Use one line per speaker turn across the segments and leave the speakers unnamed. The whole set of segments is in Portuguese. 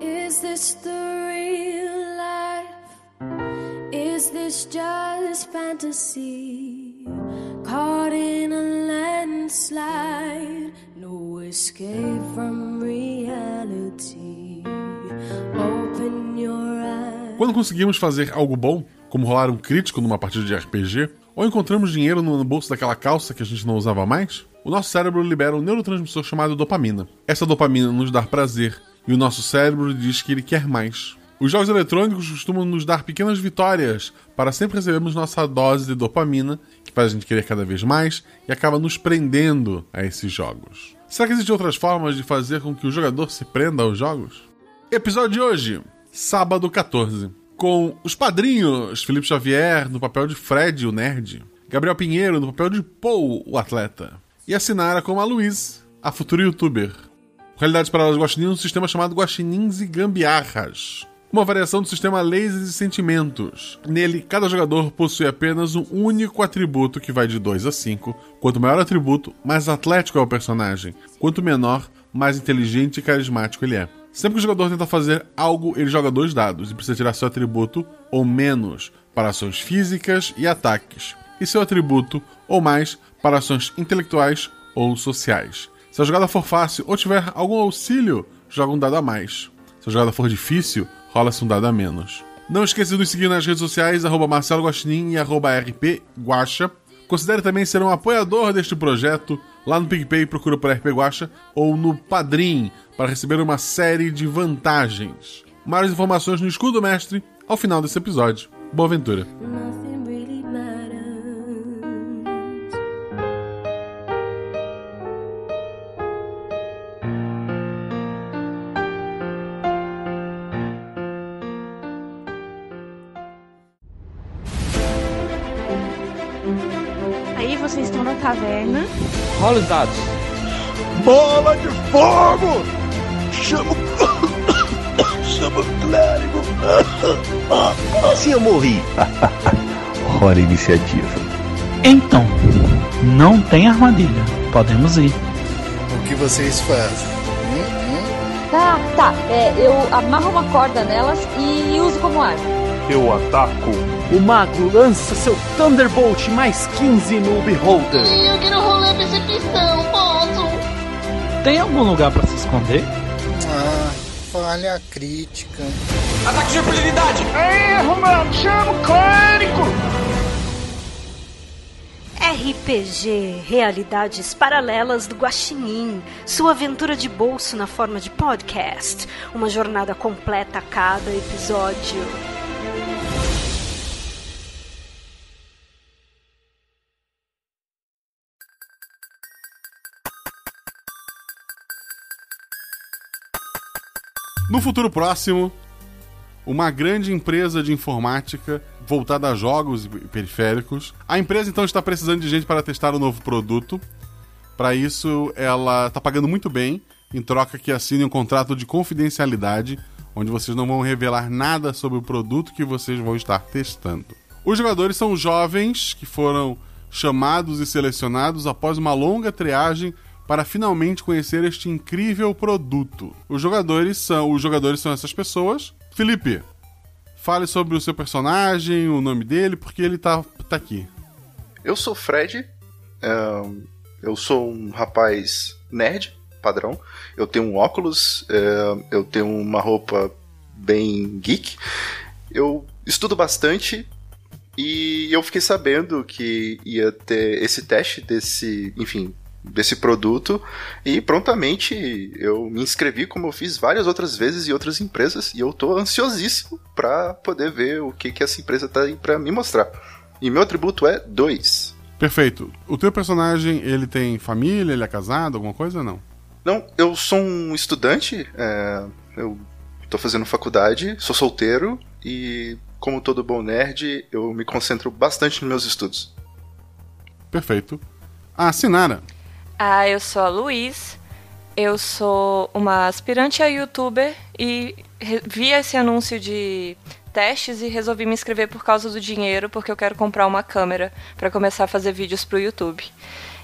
Is this the real life? Is this just fantasy? Caught in a landslide, no escape from reality. Open your eyes.
Quando conseguimos fazer algo bom, como rolar um crítico numa partida de RPG, ou encontramos dinheiro no bolso daquela calça que a gente não usava mais, o nosso cérebro libera um neurotransmissor chamado dopamina. Essa dopamina nos dá prazer e o nosso cérebro diz que ele quer mais. Os jogos eletrônicos costumam nos dar pequenas vitórias para sempre recebermos nossa dose de dopamina, que faz a gente querer cada vez mais e acaba nos prendendo a esses jogos. Será que existem outras formas de fazer com que o jogador se prenda aos jogos? Episódio de hoje, sábado 14, com os padrinhos Felipe Xavier no papel de Fred, o nerd, Gabriel Pinheiro no papel de Paul, o atleta, e a Sinara como a Luiz, a futura youtuber. Realidades Paralelas Guaxinim é um sistema chamado Guaxinins e Gambiarras. Uma variação do sistema Lasers e Sentimentos. Nele, cada jogador possui apenas um único atributo que vai de 2 a 5. Quanto maior o atributo, mais atlético é o personagem. Quanto menor, mais inteligente e carismático ele é. Sempre que o jogador tenta fazer algo, ele joga dois dados e precisa tirar seu atributo ou menos para ações físicas e ataques, e seu atributo ou mais para ações intelectuais ou sociais. Se a jogada for fácil ou tiver algum auxílio, joga um dado a mais. Se a jogada for difícil, rola-se um dado a menos. Não esqueça de nos seguir nas redes sociais, arroba Marcelo Guaxinim e arroba RP Guaxa. Considere também ser um apoiador deste projeto. Lá no PicPay procura por RP Guaxa ou no Padrim para receber uma série de vantagens. Mais informações no Escudo Mestre ao final desse episódio. Boa aventura!
Nothing really matters.
Aí vocês estão na taverna.
Rola os dados.
Bola de fogo! Chama o. Chama o clérigo! Assim eu morri! Olha a iniciativa.
Então, não tem armadilha. Podemos ir.
O que vocês fazem? Hum, hum.
Tá, tá. É, eu amarro uma corda nelas e uso como arma.
Eu ataco.
O mago lança seu Thunderbolt mais 15 no Beholder.
Eu quero um rolar percepção, posso?
Tem algum lugar pra se esconder?
Ah, falha crítica.
RPG, Realidades Paralelas do Guaxinim, sua aventura de bolso na forma de podcast, uma jornada completa a cada episódio.
No futuro próximo, uma grande empresa de informática voltada a jogos e periféricos. A empresa então está precisando de gente para testar o novo produto. Para isso, ela está pagando muito bem, em troca que assine um contrato de confidencialidade, onde vocês não vão revelar nada sobre o produto que vocês vão estar testando. Os jogadores são jovens que foram chamados e selecionados após uma longa triagem para finalmente conhecer este incrível produto. Os jogadores são, os jogadores são essas pessoas. Felipe, fale sobre o seu personagem, o nome dele, porque ele tá, tá aqui.
Eu sou o Fred, ahn, eu sou um rapaz nerd, padrão. Eu tenho um óculos, ahn, eu tenho uma roupa bem geek. Eu estudo bastante e eu fiquei sabendo que ia ter esse teste desse, enfim, desse produto e prontamente eu me inscrevi como eu fiz várias outras vezes em outras empresas e eu tô ansiosíssimo pra poder ver o que que essa empresa tá aí para me mostrar. E meu atributo é 2.
Perfeito. O teu personagem, ele tem família, ele é casado, alguma coisa ou não?
Não, eu sou um estudante, é, eu tô fazendo faculdade, sou solteiro e como todo bom nerd, eu me concentro bastante nos meus estudos.
Perfeito. Ah, Sinara.
Ah, eu sou a Luiz. Eu sou uma aspirante a youtuber e re- vi esse anúncio de testes e resolvi me inscrever por causa do dinheiro, porque eu quero comprar uma câmera para começar a fazer vídeos pro YouTube.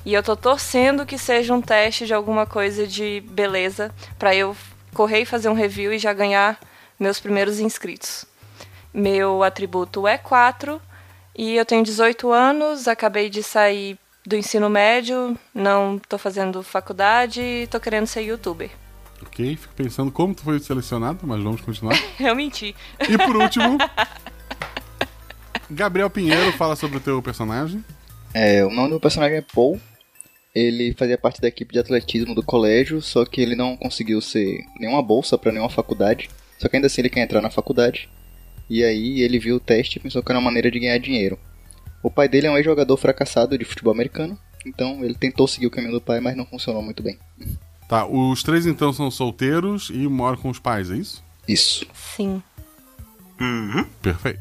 E eu tô torcendo que seja um teste de alguma coisa de beleza para eu correr e fazer um review e já ganhar meus primeiros inscritos. Meu atributo é 4 e eu tenho 18 anos, acabei de sair do ensino médio, não tô fazendo faculdade e tô querendo ser youtuber.
Ok, fico pensando como tu foi selecionado, mas vamos continuar.
eu menti.
E por último, Gabriel Pinheiro fala sobre o teu personagem.
É, o nome do personagem é Paul. Ele fazia parte da equipe de atletismo do colégio, só que ele não conseguiu ser nenhuma bolsa para nenhuma faculdade. Só que ainda assim ele quer entrar na faculdade. E aí ele viu o teste e pensou que era uma maneira de ganhar dinheiro. O pai dele é um ex-jogador fracassado de futebol americano, então ele tentou seguir o caminho do pai, mas não funcionou muito bem.
Tá, os três então são solteiros e moram com os pais, é isso?
Isso.
Sim.
Uhum. Perfeito.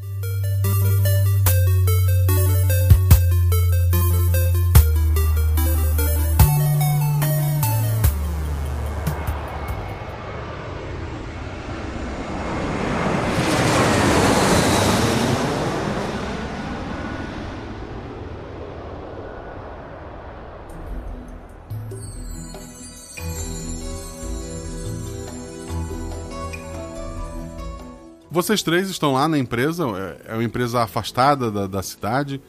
Vocês três estão lá na empresa, é uma empresa afastada da, da cidade.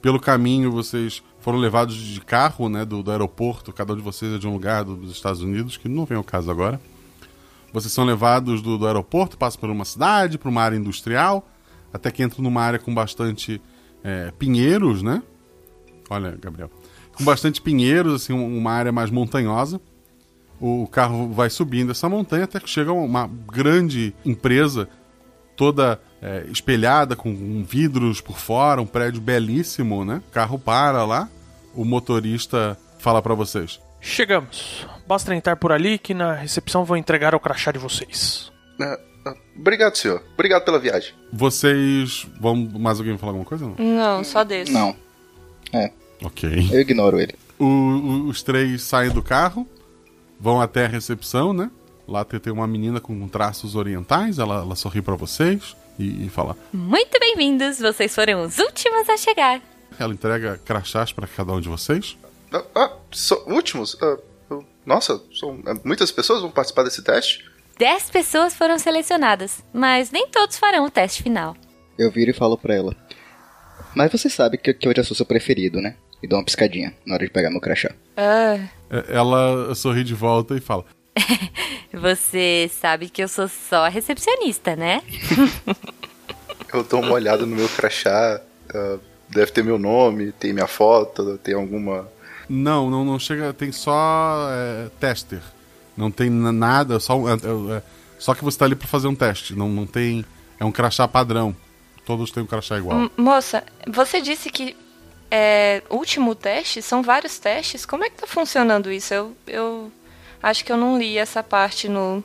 Pelo caminho, vocês foram levados de carro, né, do, do aeroporto. Cada um de vocês é de um lugar do- dos Estados Unidos, que não vem ao caso agora. Vocês são levados do, do aeroporto, passam por uma cidade, por uma área industrial, até que entram numa área com bastante é, pinheiros, né? Olha, Gabriel. Com bastante pinheiros, assim, um- uma área mais montanhosa. O carro vai subindo essa montanha até que chega a uma grande empresa toda é, espelhada, com vidros por fora, um prédio belíssimo, né? O carro para lá, o motorista fala pra vocês.
Chegamos. Basta entrar por ali que na recepção vou entregar o crachá de vocês.
Ah, ah, Obrigado, senhor. Obrigado pela viagem.
Vocês vão. Mais alguém falar alguma coisa? Não?
Não, só desse.
Não. É.
Ok.
Eu ignoro ele.
O- o- os três saem do carro, vão até a recepção, né? Lá tem, tem uma menina com traços orientais, ela, ela sorri pra vocês e, e fala.
Muito bem-vindos, vocês foram os últimos a chegar.
Ela entrega crachás pra cada um de vocês.
Ah, ah, so- últimos? Ah, eu- nossa, são- ah, muitas pessoas vão participar desse teste?
Dez pessoas foram selecionadas, mas nem todos farão o teste final.
Eu viro e falo pra ela. Mas você sabe que, que eu já sou seu preferido, né? E dou uma piscadinha na hora de pegar meu crachá.
Ah.
É, Ela sorri de volta e fala:
Você sabe que eu sou só recepcionista, né?
Eu dou uma olhada no meu crachá. ah, deve ter meu nome, tem minha foto, tem alguma.
Não, não, não chega. Tem só é, tester. Não tem na- nada. Só, um- é- é- só que você tá ali pra fazer um teste. Não, não tem. É um crachá padrão. Todos têm um crachá igual.
M- Moça, você disse que é último teste? São vários testes? Como é que tá funcionando isso? Eu, eu acho que eu não li essa parte no,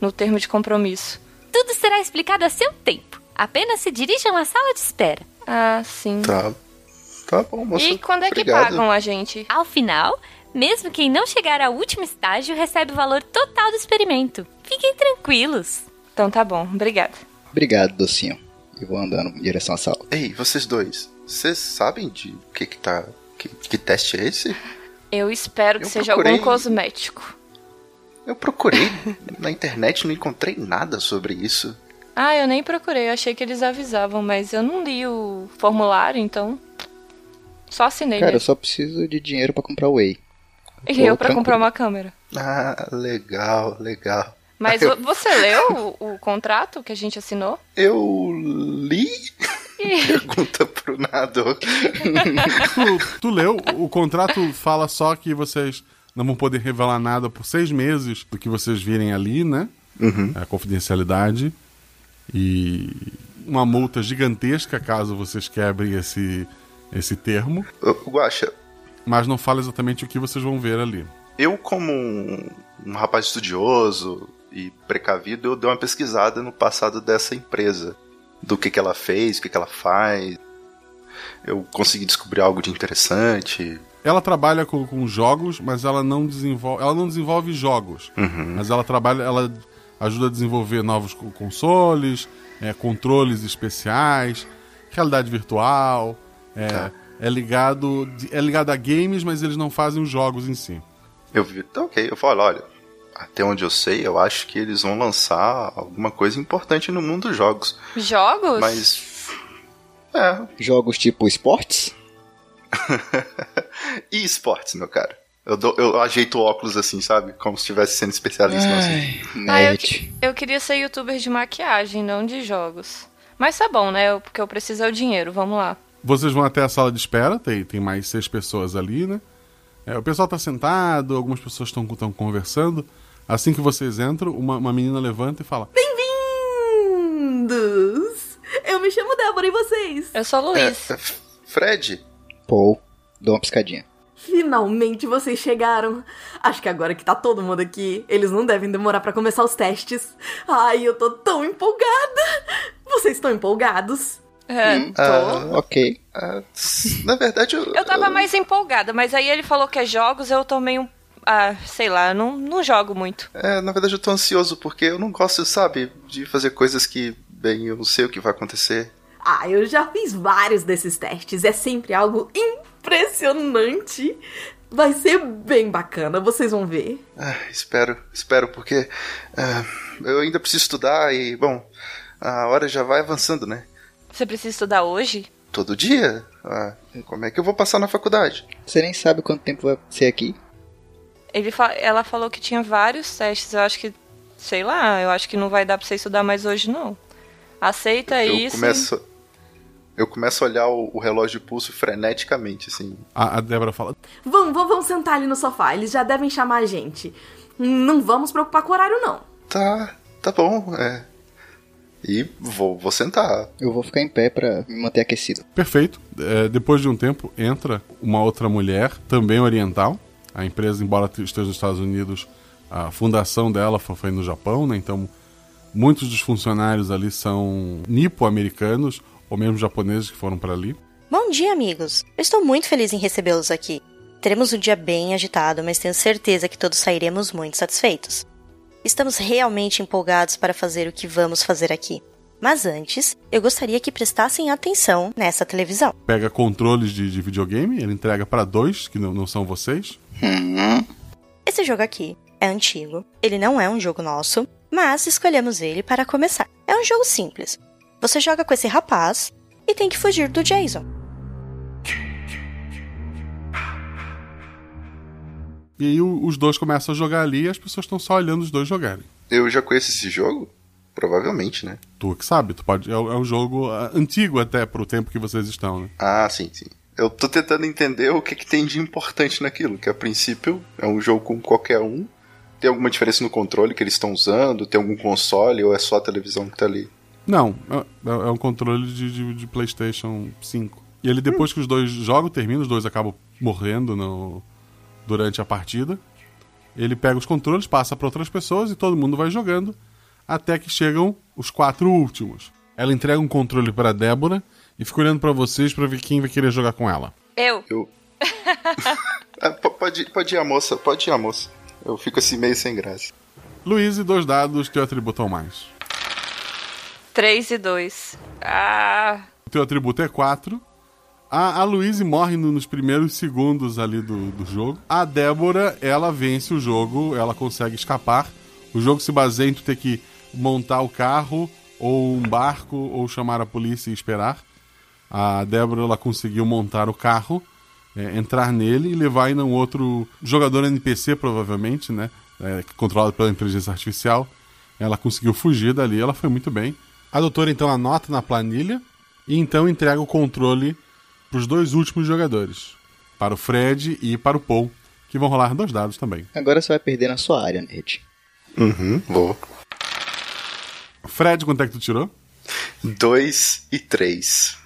no termo de compromisso.
Tudo será explicado a seu tempo. Apenas se dirijam à sala de espera.
Ah, sim.
Tá. Tá bom, moça.
E quando é que
Obrigado.
pagam
a gente?
Ao final, mesmo quem não chegar ao último estágio recebe o valor total do experimento. Fiquem tranquilos.
Então tá bom, obrigada.
Obrigado, docinho. E vou andando em direção à sala.
Ei, vocês dois, vocês sabem de o que que tá. Que, que teste é esse?
Eu espero que
Eu
seja algum
procurei.
cosmético.
Eu procurei na internet, não encontrei nada sobre isso.
Ah, eu nem procurei, eu achei que eles avisavam, mas eu não li o formulário, então. Só assinei.
Cara, eu
mesmo.
só preciso de dinheiro pra comprar o Whey.
E eu pra
tranquilo.
comprar uma câmera.
Ah, legal, legal.
Mas
Ah, eu,
vo- você leu o, o contrato que a gente assinou?
eu li? Pergunta pro nadador.
tu, tu leu, o contrato fala só que vocês não vão poder revelar nada por seis meses do que vocês virem ali, né? A confidencialidade. E uma multa gigantesca caso vocês quebrem esse, esse termo.
Guaxa.
Mas não fala exatamente o que vocês vão ver ali.
Eu, como um, um rapaz estudioso e precavido, eu dei uma pesquisada no passado dessa empresa. Do que, que ela fez, o que, que ela faz. Eu consegui descobrir algo de interessante.
Ela trabalha com, com jogos, mas ela não desenvolve, ela não desenvolve jogos. Mas ela trabalha, ela ajuda a desenvolver novos co- consoles, é, controles especiais, realidade virtual. É, é ligado de- é ligado a games, mas eles não fazem os jogos em si.
Eu vi, tá ok, eu falo, olha, até onde eu sei, eu acho que eles vão lançar alguma coisa importante no mundo dos jogos.
Jogos?
Mas. É.
Jogos tipo esportes?
e esportes, meu cara. Eu, dou, eu ajeito o óculos assim, sabe? Como se estivesse sendo especialista no
Ai,
assunto.
Ah, eu, eu queria ser youtuber de maquiagem, não de jogos. Mas tá bom, né? O que eu preciso é o dinheiro, vamos lá.
Vocês vão até a sala de espera, tem, tem mais seis pessoas ali, né? É, o pessoal tá sentado, algumas pessoas estão conversando. Assim que vocês entram, uma, uma menina levanta e fala:
Bem-vindos! Eu me chamo Débora e vocês?
Eu sou Luiz.
É, Fred?
Pô, dou uma piscadinha.
Finalmente vocês chegaram. Acho que agora que tá todo mundo aqui, eles não devem demorar pra começar os testes. Ai, eu tô tão empolgada! Vocês estão empolgados?
É,
Hum.
tô.
Ah, ok.
Ah, na verdade, eu.
Eu tava mais empolgada, mas aí ele falou que é jogos, eu tomei um. Ah, sei lá, eu não, não jogo muito.
É, na verdade, eu tô ansioso porque eu não gosto, sabe, de fazer coisas que, bem, eu não sei o que vai acontecer.
Ah, eu já fiz vários desses testes. É sempre algo impressionante. Vai ser bem bacana, vocês vão ver.
Ah, espero, espero, porque ah, eu ainda preciso estudar e, bom, a hora já vai avançando, né?
Você precisa estudar hoje?
Todo dia? Ah, como é que eu vou passar na faculdade?
Você nem sabe quanto tempo vai ser aqui.
Ele fa- ela falou que tinha vários testes. Eu acho que, sei lá, eu acho que não vai dar pra você estudar mais hoje, não. Aceita
eu
isso.
começo. Eu começo a olhar o, o relógio de pulso freneticamente, assim.
A, a Débora fala:
Vão, vão, vão sentar ali no sofá, eles já devem chamar a gente. Não vamos preocupar com o horário, não.
Tá, tá bom, é. E vou, vou sentar.
Eu vou ficar em pé pra me manter aquecido.
Perfeito. É, depois de um tempo, entra uma outra mulher, também oriental. A empresa, embora esteja nos Estados Unidos, a fundação dela fo- foi no Japão, né? Então, muitos dos funcionários ali são nipo-americanos ou mesmo japoneses que foram para ali.
Bom dia, amigos. Eu estou muito feliz em recebê-los aqui. Teremos um dia bem agitado, mas tenho certeza que todos sairemos muito satisfeitos. Estamos realmente empolgados para fazer o que vamos fazer aqui. Mas antes, eu gostaria que prestassem atenção nessa televisão.
Pega controles de, de videogame, ele entrega para dois, que não, não são vocês.
Hum,
Esse jogo aqui é antigo, ele não é um jogo nosso, mas escolhemos ele para começar. É um jogo simples. Você joga com esse rapaz e tem que fugir do Jason.
E aí o- os dois começam a jogar ali e as pessoas estão só olhando os dois jogarem.
Eu já conheço esse jogo? Provavelmente, né?
Tu que sabe, tu pode. É, um é um jogo ah, antigo até pro tempo que vocês estão, né?
Ah, sim, sim. Eu tô tentando entender o que, que tem de importante naquilo, que a princípio é um jogo com qualquer um. Tem alguma diferença no controle que eles estão usando? Tem algum console ou é só a televisão que tá ali?
Não, é, é um controle de, de- de PlayStation 5. E ele, depois que os dois jogam, termina, os dois acabam morrendo no- durante a partida. Ele pega os controles, passa para outras pessoas e todo mundo vai jogando até que chegam os quatro últimos. Ela entrega um controle para Débora e fica olhando para vocês para ver quem vai querer jogar com ela.
Eu.
Ah, po- pode, pode ir a moça, pode ir a moça. Eu fico assim meio sem graça.
Luiz e dois dados teu atributo ao mais.
3 e 2. Ah.
O teu atributo é 4. A, a Luíse morre no- nos primeiros segundos ali do, do jogo. A Débora, ela vence o jogo, ela consegue escapar. O jogo se baseia em tu ter que montar o carro, ou um barco, ou chamar a polícia e esperar. A Débora, ela conseguiu montar o carro, é, entrar nele e levar ainda um outro jogador NPC, provavelmente, né? É, controlado pela inteligência artificial. Ela conseguiu fugir dali, ela foi muito bem. A doutora então anota na planilha e então entrega o controle para os dois últimos jogadores, para o Fred e para o Paul, que vão rolar dois dados também.
Agora você vai perder na sua área, Nerd.
Uhum, vou.
Fred, quanto é que tu tirou?
2 e 3.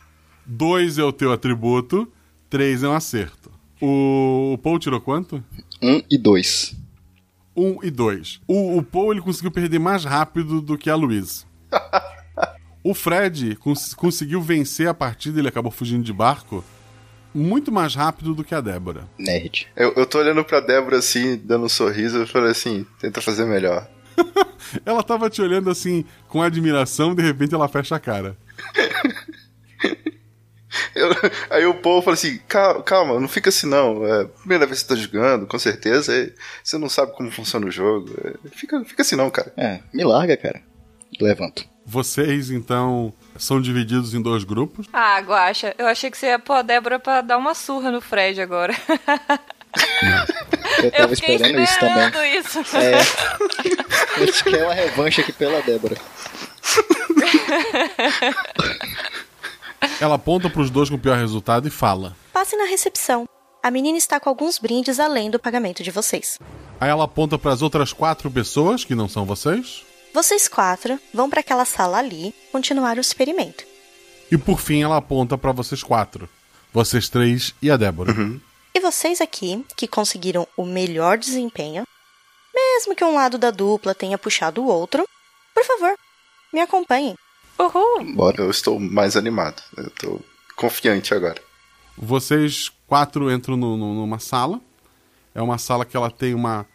2 é o teu atributo, 3 é um acerto. O, o Paul tirou quanto?
1 um e 2.
1 um e 2. O, o Paul ele conseguiu perder mais rápido do que a Luiz. O Fred cons- conseguiu vencer a partida, ele acabou fugindo de barco muito mais rápido do que a Débora.
Nerd.
Eu, eu tô olhando pra Débora assim, dando um sorriso, eu falei assim, tenta fazer melhor.
Ela tava te olhando assim com admiração, de repente ela fecha a cara.
Eu- aí o povo fala assim: calma, calma, não fica assim não. É, primeira vez que você tá jogando, com certeza. é, você não sabe como funciona o jogo. É, fica, fica assim não, cara.
É, me larga, cara. Levanto.
Vocês, então, são divididos em dois grupos.
Ah, Guaxa, eu achei que você ia pôr a Débora pra dar uma surra no Fred agora.
Eu tava esperando isso também.
isso.
É. A gente quer é uma revanche aqui pela Débora.
Ela aponta pros dois com o pior resultado e fala.
Passe na recepção. A menina está com alguns brindes além do pagamento de vocês.
Aí ela aponta pras outras quatro pessoas, que não são vocês.
Vocês quatro vão para aquela sala ali continuar o experimento.
E por fim ela aponta pra vocês quatro. Vocês três e a Débora.
E vocês aqui, que conseguiram o melhor desempenho, mesmo que um lado da dupla tenha puxado o outro, por favor, me acompanhem.
Uhul!
Bora. Eu estou mais animado. Eu tô confiante agora.
Vocês quatro entram no- no- numa sala. É uma sala que ela tem uma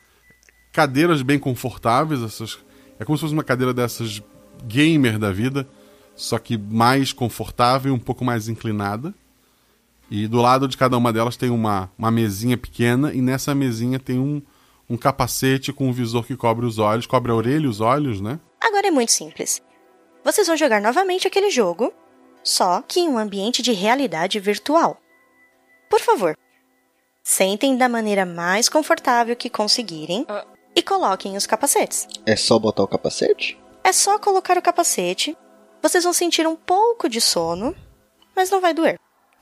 cadeiras bem confortáveis. Essas, é como se fosse uma cadeira dessas gamer da vida, só que mais confortável, e um pouco mais inclinada. E do lado de cada uma delas tem uma, uma mesinha pequena, e nessa mesinha tem um, um capacete com um visor que cobre os olhos, cobre a orelha e os olhos, né?
Agora é muito simples. Vocês vão jogar novamente aquele jogo, só que em um ambiente de realidade virtual. Por favor, sentem da maneira mais confortável que conseguirem e coloquem os capacetes.
É só botar o capacete?
É só colocar o capacete, vocês vão sentir um pouco de sono, mas não vai doer.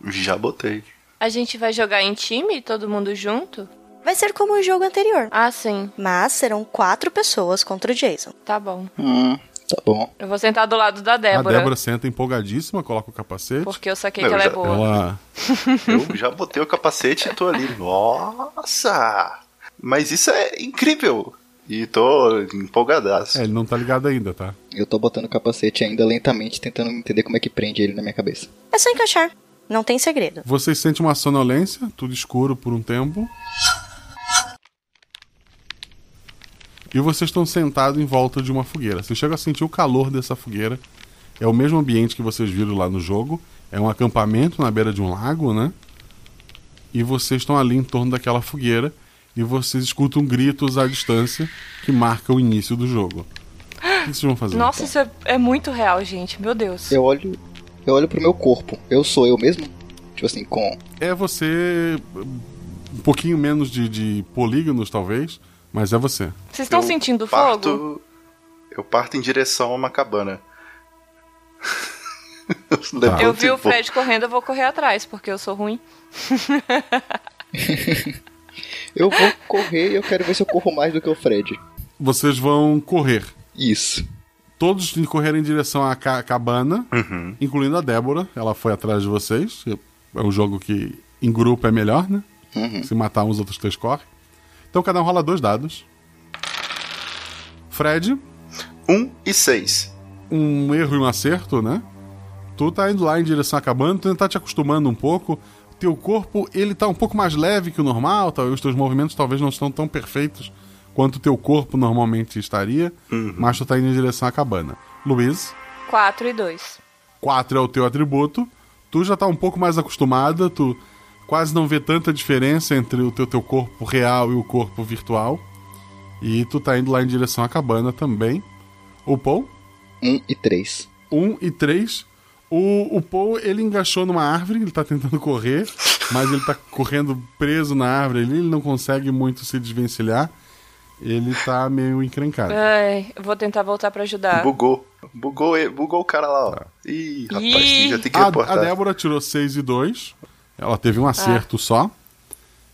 Já botei.
A gente vai jogar em time, todo mundo junto?
Vai ser como o jogo anterior.
Ah, sim.
Mas serão quatro pessoas contra o Jason.
Tá bom.
Hum, tá bom.
Eu vou sentar do lado da Débora.
A Débora senta empolgadíssima, coloca o capacete.
Porque eu saquei que ela é boa.
Ela-
Eu já botei o capacete e tô ali. Nossa! Mas isso é incrível! E tô empolgadaço.
É, ele não tá ligado ainda, tá?
Eu tô botando o capacete ainda lentamente, tentando entender como é que prende ele na minha cabeça.
É só encaixar, não tem segredo.
Vocês sentem uma sonolência, tudo escuro por um tempo. E vocês estão sentados em volta de uma fogueira. Vocês chegam a sentir o calor dessa fogueira. É o mesmo ambiente que vocês viram lá no jogo. É um acampamento na beira de um lago, né? E vocês estão ali em torno daquela fogueira. E vocês escutam gritos à distância que marca o início do jogo. O que vocês vão fazer?
Nossa, isso é, é muito real, gente. Meu Deus.
Eu olho. Eu olho pro meu corpo. Eu sou eu mesmo? Tipo assim, com.
É você. Um pouquinho menos de, de polígonos, talvez, mas é você.
Vocês estão
Eu
Tá sentindo
parto-
fogo?
Eu parto em direção a uma cabana.
Ah,
Tá.
Levanto
Eu vi
e
o
vou.
Fred correndo, eu vou correr atrás, porque eu sou ruim.
Eu vou correr e eu quero ver se eu corro mais do que o Fred.
Vocês vão correr.
Isso.
Todos correram em direção à ca- cabana, incluindo a Débora. Ela foi atrás de vocês. É um jogo que em grupo é melhor, né? Se matar uns, outros três correm. Então cada um rola dois dados. Fred.
Um e seis.
Um erro e um acerto, né? Tu tá indo lá em direção à cabana, tu ainda tá te acostumando um pouco. Teu corpo, ele tá um pouco mais leve que o normal, tá? os teus movimentos talvez não estão tão perfeitos quanto o teu corpo normalmente estaria, mas tu tá indo em direção à cabana. Luiz,
4 e 2.
4 é o teu atributo, tu já tá um pouco mais acostumada, tu quase não vê tanta diferença entre o teu, teu corpo real e o corpo virtual. E tu tá indo lá em direção à cabana também. O Paul?
1 e 3.
1 e 3. O, o Paul, ele engaixou numa árvore, ele tá tentando correr, mas ele tá correndo preso na árvore ali, ele não consegue muito se desvencilhar. Ele tá meio encrencado.
É. Ai, eu vou tentar voltar pra ajudar.
Bugou. Bugou, e- bugou o cara lá, ó. Ih, rapaz,
Ih.
já tem que
a,
reportar.
a Débora tirou 6 e 2. Ela teve um acerto só.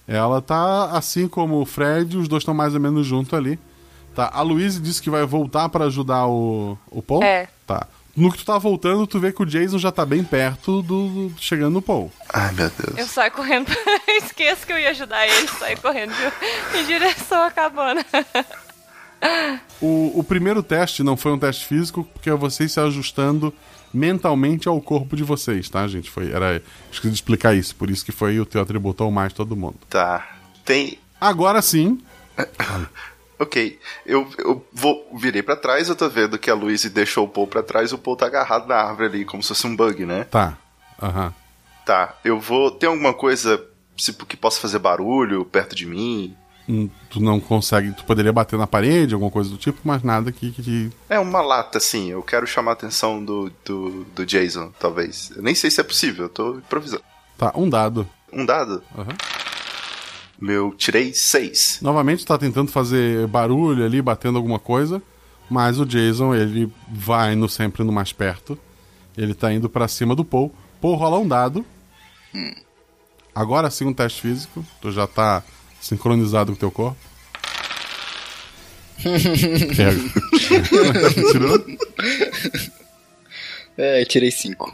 Ela tá assim como o Fred, os dois estão mais ou menos junto ali. Tá, a Luísa disse que vai voltar pra ajudar o, o Paul.
É.
Tá. No que tu tá voltando, tu vê que o Jason já tá bem perto do, do- chegando no Paul.
Ai, meu Deus.
Eu saio correndo, esqueço que eu ia ajudar ele, saio correndo de- em direção à cabana.
O, o primeiro teste não foi um teste físico, porque é vocês se ajustando mentalmente ao corpo de vocês, tá, gente? Foi, era esqueci de explicar isso, por isso que foi o teu atributo ao mais todo mundo.
Tá. Tem.
Agora sim.
Ok, eu, eu vou virei pra trás, eu tô vendo que a Luiz deixou o Paul pra trás, o Paul tá agarrado na árvore ali, como se fosse um bug, né?
Tá. Aham.
Tá, eu vou. Tem alguma coisa se- que possa fazer barulho perto de mim?
Hum, Tu não consegue. Tu poderia bater na parede, alguma coisa do tipo, mas nada que. que, que-
É uma lata, sim. Eu quero chamar a atenção do, do, do Jason, talvez. Eu nem sei se é possível, eu tô improvisando.
Tá, um dado.
Um dado? Meu, tirei seis.
Novamente tá tentando fazer barulho ali, batendo alguma coisa, mas o Jason, ele vai no sempre no mais perto. Ele tá indo pra cima do Paul. Paul rola um dado. Agora sim um teste físico. Tu já tá sincronizado com o teu corpo. Pega. Tá Tirou?
É, tirei 5.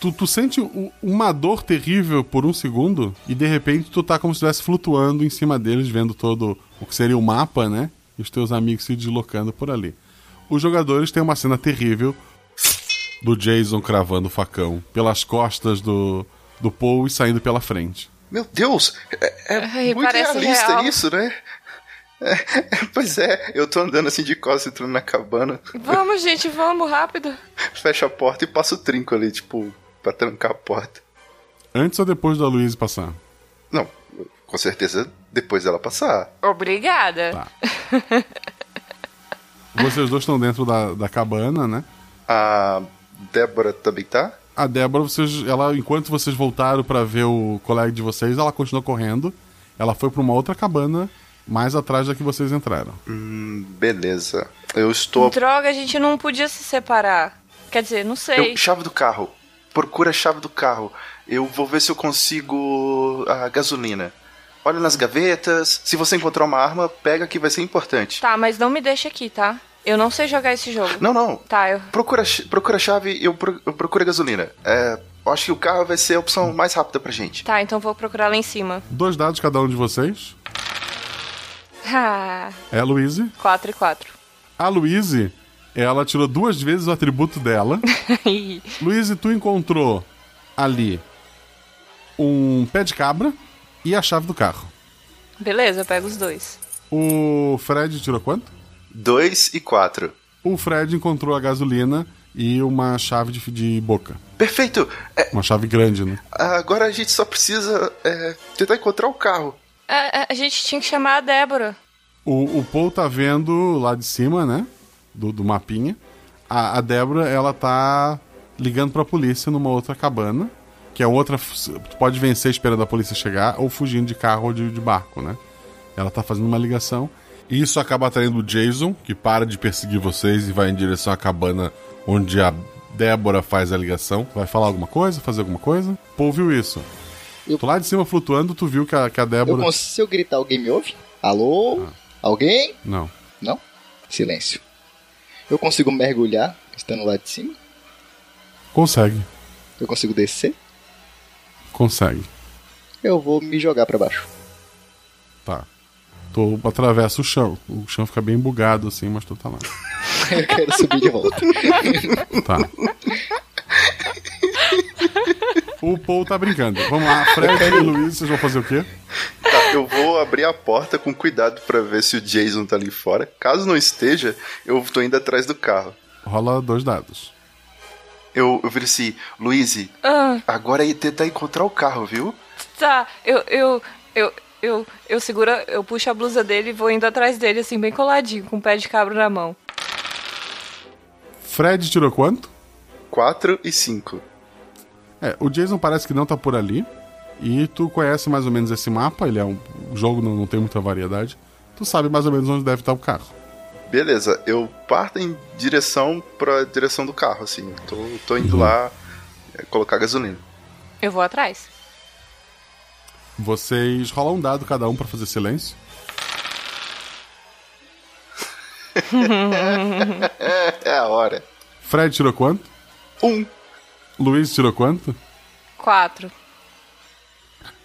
Tu, tu sente u- uma dor terrível por um segundo e de repente tu tá como se estivesse flutuando em cima deles, vendo todo o que seria o mapa, né? E os teus amigos se deslocando por ali. Os jogadores têm uma cena terrível do Jason cravando o facão pelas costas do, do Paul e saindo pela frente.
Meu Deus! É, é
Ai,
muito
parece
realista
real.
isso, né? É, é, pois é, eu tô andando assim de costas, entrando na cabana,
Vamos, gente, vamos, rápido.
fecho a porta e passo o trinco ali, tipo, pra trancar a porta.
Antes ou depois da Luiz passar?
Não, com certeza depois dela passar.
Obrigada.
Tá.
Vocês dois estão dentro da, da cabana, né?
A Débora também tá?
A Débora, vocês, ela, enquanto vocês voltaram pra ver o colega de vocês, ela continuou correndo. Ela foi pra uma outra cabana mais atrás da que vocês entraram.
Hum, beleza. Eu estou.
Droga, a gente não podia se separar. Quer dizer, não sei.
Eu- chave do carro. Procura a chave do carro. Eu vou ver se eu consigo a gasolina. Olha nas gavetas. Se você encontrar uma arma, pega que vai ser importante.
Tá, mas não me deixa aqui, tá? Eu não sei jogar esse jogo.
Não, não.
Tá, eu.
Procura, a ch- procura a chave e eu, pro- eu procuro a gasolina. É, eu acho que o carro vai ser a opção mais rápida pra gente.
Tá, então vou procurar lá em cima.
Dois dados cada um de vocês.
Ah,
É a Luíse.
4 e 4.
A Luíse, ela tirou duas vezes o atributo dela. Luíse, tu encontrou ali um pé de cabra e a chave do carro.
Beleza, eu pego os dois.
O Fred tirou quanto?
Dois e quatro.
O Fred encontrou a gasolina e uma chave de, de boca.
Perfeito!
Uma chave grande, né?
Agora a gente só precisa é, tentar encontrar o carro.
A, a- a gente tinha que chamar a Débora.
O, o Paul tá vendo lá de cima, né? Do, do mapinha. A, a Débora, ela tá ligando pra polícia numa outra cabana. Que é outra. f- Tu pode vencer esperando a polícia chegar ou fugindo de carro ou de, de barco, né? Ela tá fazendo uma ligação. E isso acaba atraindo o Jason, que para de perseguir vocês e vai em direção à cabana onde a Débora faz a ligação. Vai falar alguma coisa, fazer alguma coisa. O Paul viu isso. Tu lá de cima flutuando, tu viu que a, que a
Eu
Débora.
cons- se eu gritar, alguém me ouve? Alô? Alguém?
Não.
Não? Silêncio. Eu consigo mergulhar estando lá de cima?
Consegue,
Eu consigo descer?
consegue.
Eu vou me jogar pra baixo.
Tá. Tu atravessa o chão. O chão fica bem bugado assim, mas tu tá lá.
Eu quero subir de volta.
Tá. O Paul tá brincando. Vamos lá, Fred e Luiz, vocês vão fazer o quê?
Tá, eu vou abrir a porta com cuidado pra ver se o Jason tá ali fora. Caso não esteja, eu tô indo atrás do carro.
Rola dois dados.
Eu, eu viro assim, Luiz,
Ah,
agora é tentar encontrar o carro, viu?
tá. Eu, eu, eu, eu, eu seguro, eu puxo a blusa dele e vou indo atrás dele, assim, bem coladinho, com o pé de cabra na mão.
Fred tirou quanto?
4 e 5.
É, o Jason parece que não tá por ali. E tu conhece mais ou menos esse mapa, ele é um. O jogo não, não tem muita variedade. Tu sabe mais ou menos onde deve estar o carro.
Beleza, eu parto em direção pra direção do carro, assim. Tô, tô indo lá é, colocar gasolina.
Eu vou atrás.
Vocês rolam um dado cada um pra fazer silêncio.
é a hora.
Fred tirou quanto?
Um.
Luiz tirou quanto?
Quatro.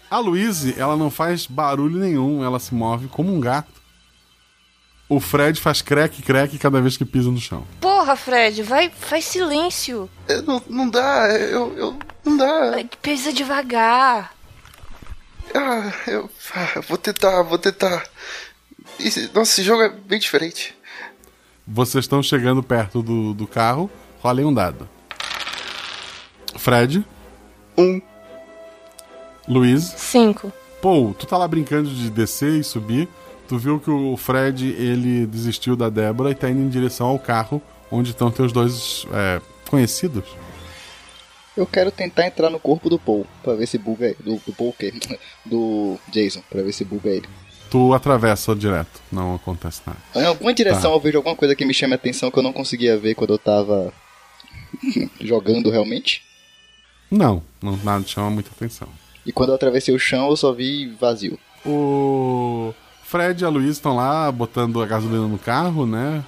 A Louise, ela não faz barulho nenhum, ela se move como um gato. O Fred faz creque, creque cada vez que pisa no chão.
Porra, Fred, vai, faz silêncio.
É, não, não dá, é, eu, eu não dá.
Pisa devagar.
Ah, eu, ah, eu vou tentar, vou tentar. Esse- nossa, esse jogo é bem diferente.
Vocês estão chegando perto do, do carro, rolem um dado. Fred.
Um.
Luiz.
Cinco.
Pô, tu tá lá brincando de descer e subir. Tu viu que o Fred, ele desistiu da Débora e tá indo em direção ao carro onde estão teus dois é, conhecidos.
Eu quero tentar entrar no corpo do Paul, pra ver se buga ele. Do, do Paul o quê? Do Jason, pra ver se buga ele.
Tu atravessa direto, não acontece nada.
Em alguma direção eu vejo alguma coisa que me chame a atenção que eu não conseguia ver quando eu tava jogando realmente.
Não, não nada chama muita atenção.
E quando eu atravessei o chão eu só vi vazio.
O Fred e a Luiz estão lá botando a gasolina no carro, né?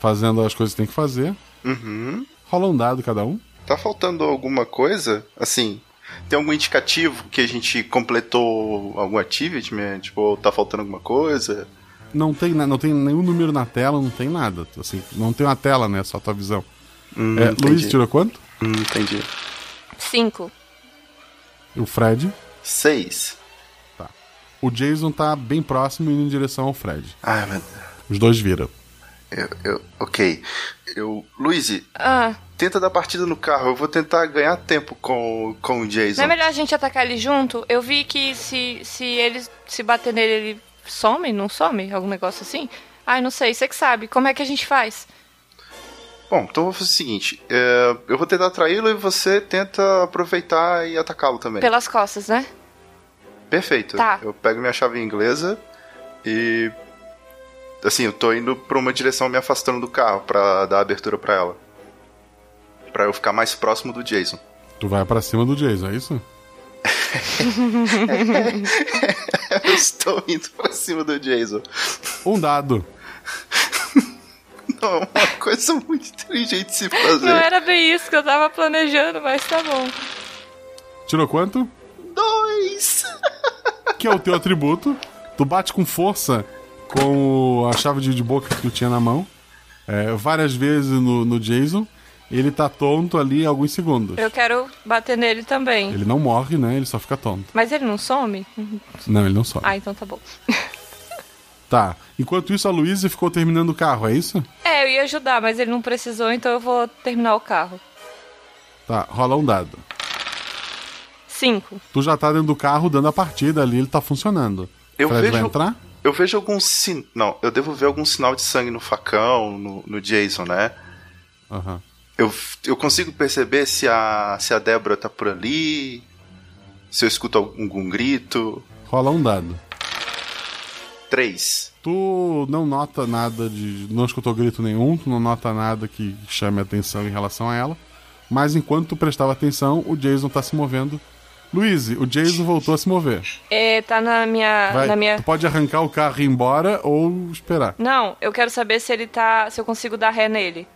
Fazendo as coisas que tem que fazer.
Uhum.
Rola um dado cada um.
Tá faltando alguma coisa? Assim, tem algum indicativo que a gente completou algum achievement? Tipo, ou tá faltando alguma coisa?
Não tem, na- não tem nenhum número na tela, não tem nada. Assim, não tem uma tela, né? Só tua visão.
Hum,
É, Luiz
entendi.
tirou quanto?
Hum, entendi.
Cinco.
O Fred.
Seis.
Tá. O Jason tá bem próximo indo em direção ao Fred.
Ai, meu
Os dois viram.
Eu, eu, ok. Eu, Luiz,
Ah,
tenta dar partida no carro. Eu vou tentar ganhar tempo com, com o Jason.
não é melhor a gente atacar ele junto? Eu vi que se, se ele se bater nele, ele some, não some? Algum negócio assim? Ai, não sei, você que sabe. Como é que a gente faz?
Bom, então eu vou fazer o seguinte: é, eu vou tentar atraí-lo e você tenta aproveitar e atacá-lo também.
Pelas costas, né?
Perfeito.
Tá.
Eu pego minha chave inglesa e. Assim, eu tô indo pra uma direção, me afastando do carro pra dar abertura pra ela. Pra eu ficar mais próximo do Jason.
Tu vai pra cima do Jason, é isso?
eu estou indo pra cima do Jason.
Um dado.
Não, é uma coisa muito inteligente de se fazer.
Não era bem isso que eu tava planejando, mas tá bom.
Tirou quanto?
Dois!
que é o teu atributo. Tu bate com força com o- a chave de de boca que tu tinha na mão. é, várias vezes no, no Jason. Ele tá tonto ali alguns segundos.
Eu quero bater nele também.
Ele não morre, né? Ele só fica tonto.
Mas ele não some?
Não, ele não sobe.
Ah, então tá bom.
Tá. Enquanto isso, a Luísa ficou terminando o carro, é isso?
É, eu ia ajudar, mas ele não precisou, então eu vou terminar o carro.
Tá, rola um dado.
Cinco.
Tu já tá dentro do carro dando a partida ali, ele tá funcionando.
Eu
Fred vai
vejo-
entrar?
Eu vejo algum sin... Não, eu devo ver algum sinal de sangue no facão, no, no Jason, né?
Aham.
Eu, eu consigo perceber se a, se a Débora tá por ali, se eu escuto algum, algum grito.
Rola um dado.
Três.
Tu não nota nada de. Não escutou grito nenhum, tu não nota nada que chame atenção em relação a ela. Mas enquanto tu prestava atenção, o Jason tá se movendo. Luiz, o Jason voltou a se mover.
É, tá na minha.
Vai,
na minha.
Tu pode arrancar o carro e ir embora ou esperar.
Não, eu quero saber se ele tá. se eu consigo dar ré nele.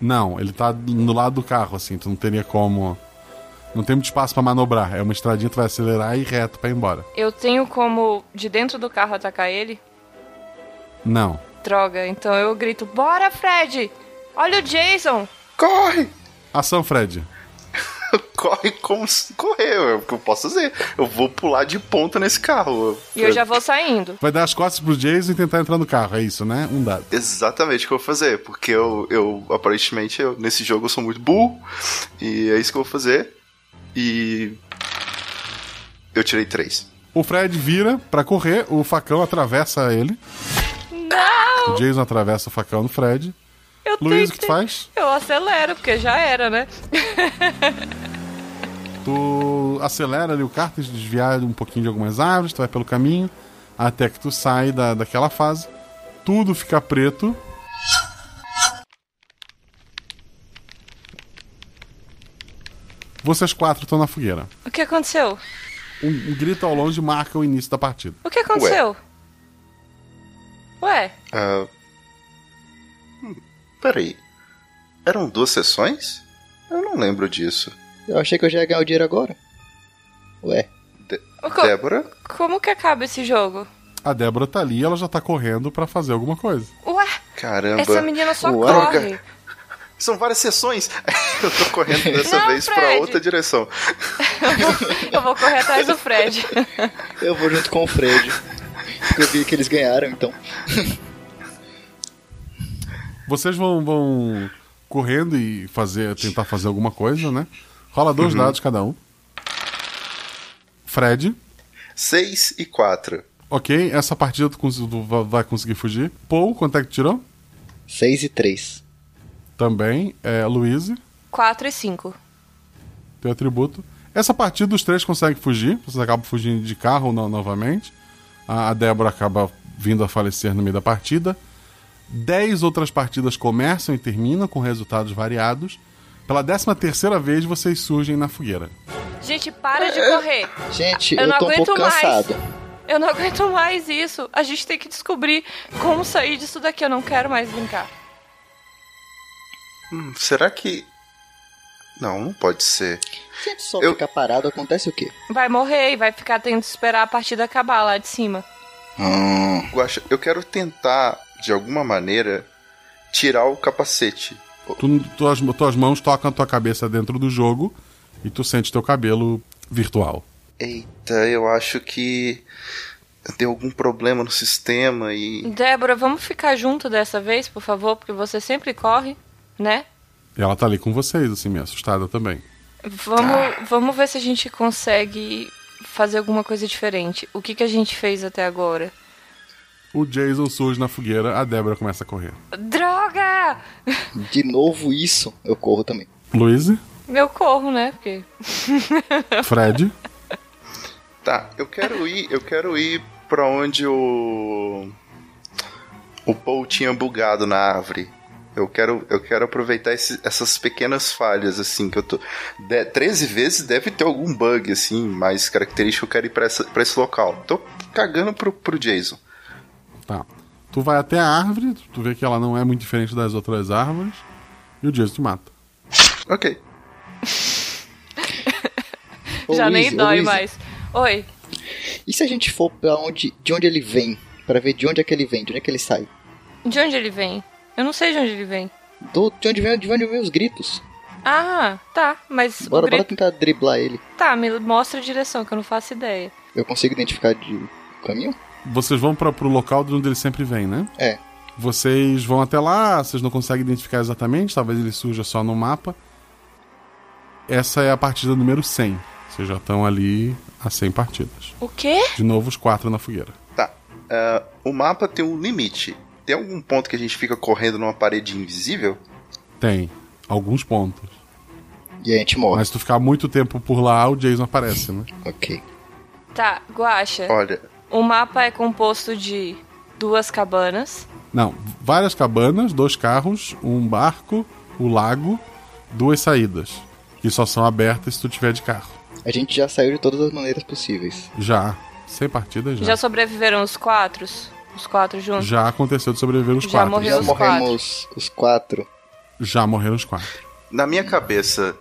Não, ele tá no lado do carro, assim, tu não teria como. Não tem muito espaço pra manobrar. É uma estradinha, tu vai acelerar e ir reto pra ir embora.
Eu tenho como de dentro do carro atacar ele?
Não.
Droga, então eu grito: Bora, Fred! Olha o Jason!
Corre!
Ação, Fred.
Corre como se- correr, é o que eu posso fazer. Eu vou pular de ponta nesse carro.
E eu já vou saindo.
Vai dar as costas pro Jason e tentar entrar no carro, é isso, né? Um dado.
Exatamente o que eu vou fazer, porque eu, eu aparentemente, eu- nesse jogo eu sou muito burro, e é isso que eu vou fazer. E. Eu tirei três.
O Fred vira pra correr, o facão atravessa ele.
Não!
O Jason atravessa o facão no Fred.
Eu
Luiz, o que tu faz?
Eu acelero, porque já era, né?
Tu acelera ali o carro, tenta desviar um pouquinho de algumas árvores, tu vai pelo caminho, até que tu sai da, daquela fase. Tudo fica preto. Vocês quatro estão na fogueira.
O que aconteceu?
Um, um grito ao longe marca o início da partida.
O que aconteceu? Ué,
Ah, hum, Peraí. Eram duas sessões? Eu não lembro disso.
Eu achei que eu já ia ganhar o dinheiro agora. Ué.
o co-
Débora?
como que acaba esse jogo?
A Débora tá ali, ela já tá correndo pra fazer alguma coisa.
Ué,
Caramba.
essa menina só
Ué.
corre.
Droga. São várias sessões. Eu tô correndo dessa
Não,
vez pra
Fred.
outra direção.
Eu vou correr atrás do Fred.
Eu vou junto com o Fred. Porque eu vi que eles ganharam, então.
Vocês vão, vão correndo e fazer, tentar fazer alguma coisa, né? Rola dois
Uhum.
dados cada um. Fred.
6 e 4.
Ok, essa partida tu, cons- tu va- vai conseguir fugir. Paul, quanto é que tirou?
6 e 3.
Também. É, Luiz,
4 e 5.
teu atributo. Essa partida os três conseguem fugir. Vocês acabam fugindo de carro no- novamente. A, a Débora acaba vindo a falecer no meio da partida. Dez outras partidas começam e terminam com resultados variados. Pela décima terceira vez, vocês surgem na fogueira.
Gente, para de correr.
Gente,
eu,
eu
não
tô um
aguento
pouco
mais.
cansado.
Eu não aguento mais isso. A gente tem que descobrir como sair disso daqui. Eu não quero mais brincar.
Hum, será que. Não, não pode ser.
Se a gente só ficar parado, acontece o quê?
Vai morrer e vai ficar tendo que esperar a partida acabar lá de cima.
Ah,
Guaxa, eu quero tentar, de alguma maneira, tirar o capacete.
Tu, tuas, tuas mãos tocam a tua cabeça dentro do jogo e tu sente teu cabelo virtual.
Eita, eu acho que. Deu algum problema no sistema e.
Débora, vamos ficar junto dessa vez, por favor, porque você sempre corre, né?
E ela tá ali com vocês, assim, meio assustada também.
Vamos, vamos ver se a gente consegue fazer alguma coisa diferente. O que, que a gente fez até agora?
O Jason surge na fogueira, a Débora começa a correr.
Droga!
De novo isso, eu corro também.
Luiz,
Meu corro, né? Porque.
Fred,
Tá, eu quero ir. Eu quero ir pra onde o. O Paul tinha bugado na árvore. Eu quero, eu quero aproveitar esse- essas pequenas falhas, assim, que eu tô. De, 13 vezes deve ter algum bug, assim, mais característico. Eu quero ir pra, essa- pra esse local. Tô cagando pro, pro Jason.
tá. Tu vai até a árvore, tu- tu vê que ela não é muito diferente das outras árvores, e o Jason te mata.
Ok.
Ô,
Já nem
Luiz, ô,
dói
Luiz.
mais. Oi.
E se a gente for pra onde, de onde ele vem? Pra ver de onde é que ele vem, de onde é que ele sai?
De onde ele vem? Eu não sei de onde ele vem.
Do, de onde vem, de onde vem os gritos?
Ah, tá. Mas
Bora,
o grito.
bora tentar driblar ele.
Tá, me mostra a direção, que eu não faço ideia.
Eu consigo identificar de o caminho?
Vocês vão pra, pro local de onde ele sempre vem, né?
É.
Vocês vão até lá, vocês não conseguem identificar exatamente, talvez ele surja só no mapa. Essa é a partida número 100. Vocês já estão ali a 100 partidas.
O quê?
De novo, os quatro na fogueira.
Tá. Ah, o mapa tem um limite. Tem algum ponto que a gente fica correndo numa parede invisível?
Tem alguns pontos.
E a gente morre.
Mas se tu ficar muito tempo por lá, o Jason aparece, né?
Ok.
Tá, Guacha.
Olha.
O mapa é composto de duas cabanas.
Não, várias cabanas, dois carros, um barco, o lago, duas saídas. Que só são abertas se tu tiver de carro.
A gente já saiu de todas as maneiras possíveis.
Já. Sem partidas
Já,
Tá.
já.
sobreviveram os quatro? Os quatro juntos?
Já aconteceu de sobreviver os
Já
quatro.
morreu Já os
morremos
os quatro. Já morreram os quatro.
Na minha cabeça,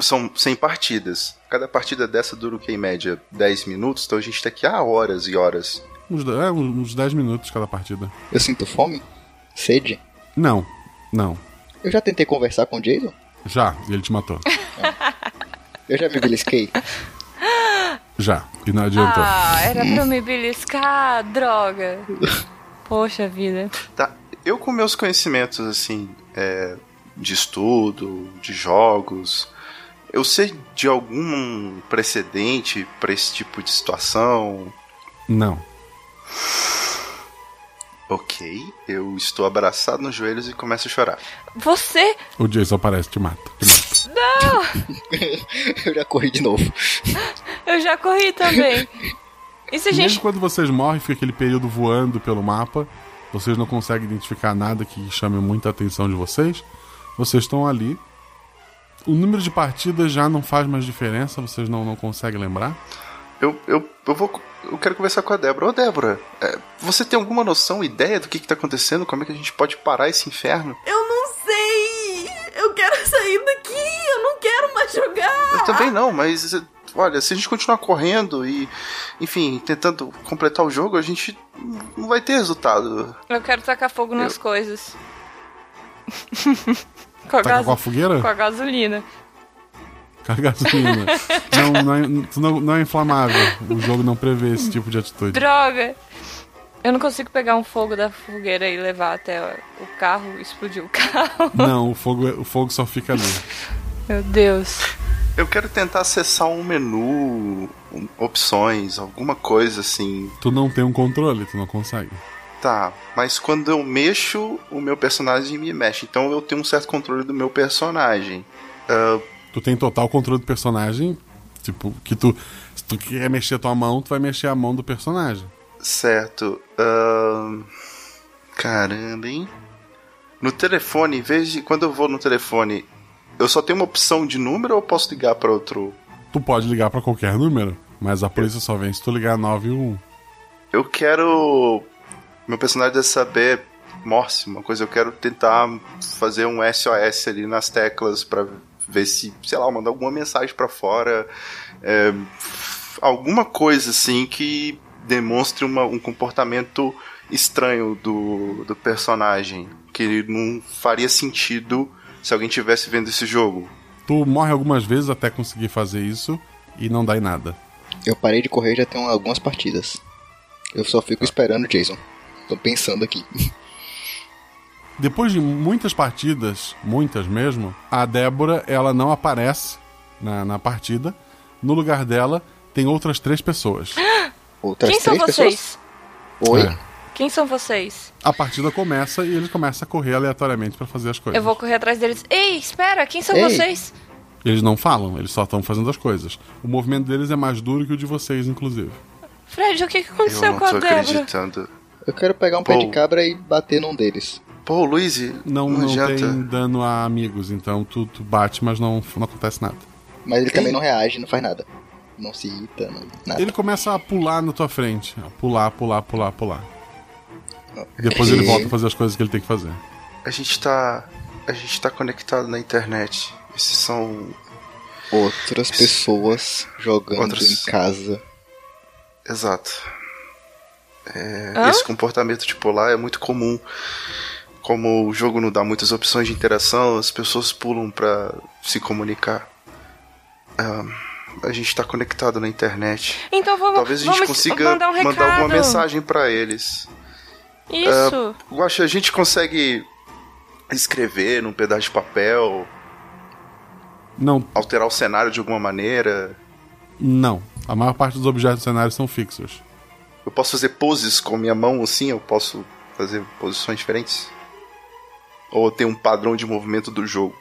são 100 partidas. Cada partida dessa dura o que, em média? 10 minutos? Então a gente tá aqui há horas e horas.
Uns, de- é, uns 10 minutos cada partida.
Eu sinto fome? Sede?
Não, não.
Eu já tentei conversar com o Jason?
Já, e ele te matou.
Eu já me belisquei?
Já, e não adiantou.
Ah, era pra eu me beliscar, droga. Poxa vida.
Tá, eu com meus conhecimentos, assim, é, de estudo, de jogos, eu sei de algum precedente pra esse tipo de situação.
Não.
Ok, eu estou abraçado nos joelhos e começo a chorar.
Você.
O Jason aparece e te mata.
Não!
eu já corri de novo.
Eu já corri também. E
Né?
se a gente.
Mesmo quando vocês morrem, fica aquele período voando pelo mapa. Vocês não conseguem identificar nada que chame muita atenção de vocês. Vocês estão ali. O número de partidas já não faz mais diferença, vocês não, não conseguem lembrar.
Eu, eu, eu vou. Eu quero conversar com a Débora. Ô Débora, é, você tem alguma noção, ideia do que, que tá acontecendo? Como é que a gente pode parar esse inferno?
Eu não sei! Eu quero sair daqui! Eu não quero mais jogar!
Eu também não, mas é, olha, se a gente continuar correndo e, enfim, tentando completar o jogo, a gente não vai ter resultado.
Eu quero tacar fogo nas coisas. com,
Tacar Tá com a fogueira?
Com a gasolina.
Carga gasolina. não, não, é, tu não, não é inflamável. O jogo não prevê esse tipo de atitude.
Droga! Eu não consigo pegar um fogo da fogueira e levar até o carro, explodir o carro.
Não, o fogo, é, o fogo só fica ali.
Meu Deus.
Eu quero tentar acessar um menu, um- opções, alguma coisa assim.
Tu não tem um controle, tu não consegue.
Tá, mas quando eu mexo, o meu personagem me mexe. Então eu tenho um certo controle do meu personagem. Ah,
Tu tem total controle do personagem. Tipo, que tu. Se tu quer mexer tua mão, tu vai mexer a mão do personagem.
certo. Ah, caramba, hein? No telefone, em vez de. Quando eu vou no telefone, eu só tenho uma opção de número ou eu posso ligar para outro?
Tu pode ligar pra qualquer número, mas a polícia só vem se tu ligar 911.
Eu quero. Meu personagem deve saber Morse, uma coisa. Eu quero tentar fazer um SOS ali nas teclas pra ver se, sei lá, mandar alguma mensagem pra fora. é, alguma coisa assim que demonstre uma- um comportamento estranho do, do personagem. Que não faria sentido se alguém estivesse vendo esse jogo.
Tu morre algumas vezes até conseguir fazer isso e não dá em nada.
Eu parei de correr já tem algumas partidas. Eu só fico esperando, Jason. Tô pensando aqui.
Depois de muitas partidas, muitas mesmo, a Débora ela não aparece na, na partida. No lugar dela tem outras três pessoas.
Então,
Outras
é
Quem são vocês?
Oi?
Quem são vocês?
A partida começa e ele começa a correr aleatoriamente pra fazer as coisas.
Eu vou correr atrás deles. Ei, espera, quem são
Ei.
vocês?
Eles não falam, eles só estão fazendo as coisas. O movimento deles é mais duro que o de vocês, inclusive.
Fred, o que que aconteceu com a Débora?
Eu quero pegar um pé de cabra e bater num deles.
Pô, Luiz,
Não, não,
adianta.
tem dano a amigos, então tu, tu bate, mas não, não acontece nada.
Mas ele também não reage, não faz nada. Não se irrita, não, nada.
Ele começa a pular na tua frente. a pular, pular, pular, pular. Depois ele
E-
volta a fazer as coisas que ele tem que fazer.
A gente tá. A gente tá conectado na internet. Esses são.
Outras pessoas jogando
Outras-
em casa.
Exato. É,
Hã?
esse comportamento de pular é muito comum. Como o jogo não dá muitas opções de interação, as pessoas pulam pra se comunicar. Ahn, a gente tá conectado na internet.
Então vamos,
Talvez a gente
vamos
consiga
mandar um recado.
alguma mensagem pra eles.
Isso.
Ah, eu acho que a gente consegue escrever num pedaço de papel,
Não,
alterar o cenário de alguma maneira.
não. A maior parte dos objetos do cenário são fixos.
Eu posso fazer poses com minha mão assim? Eu posso fazer posições diferentes? Ou tem um padrão de movimento do jogo?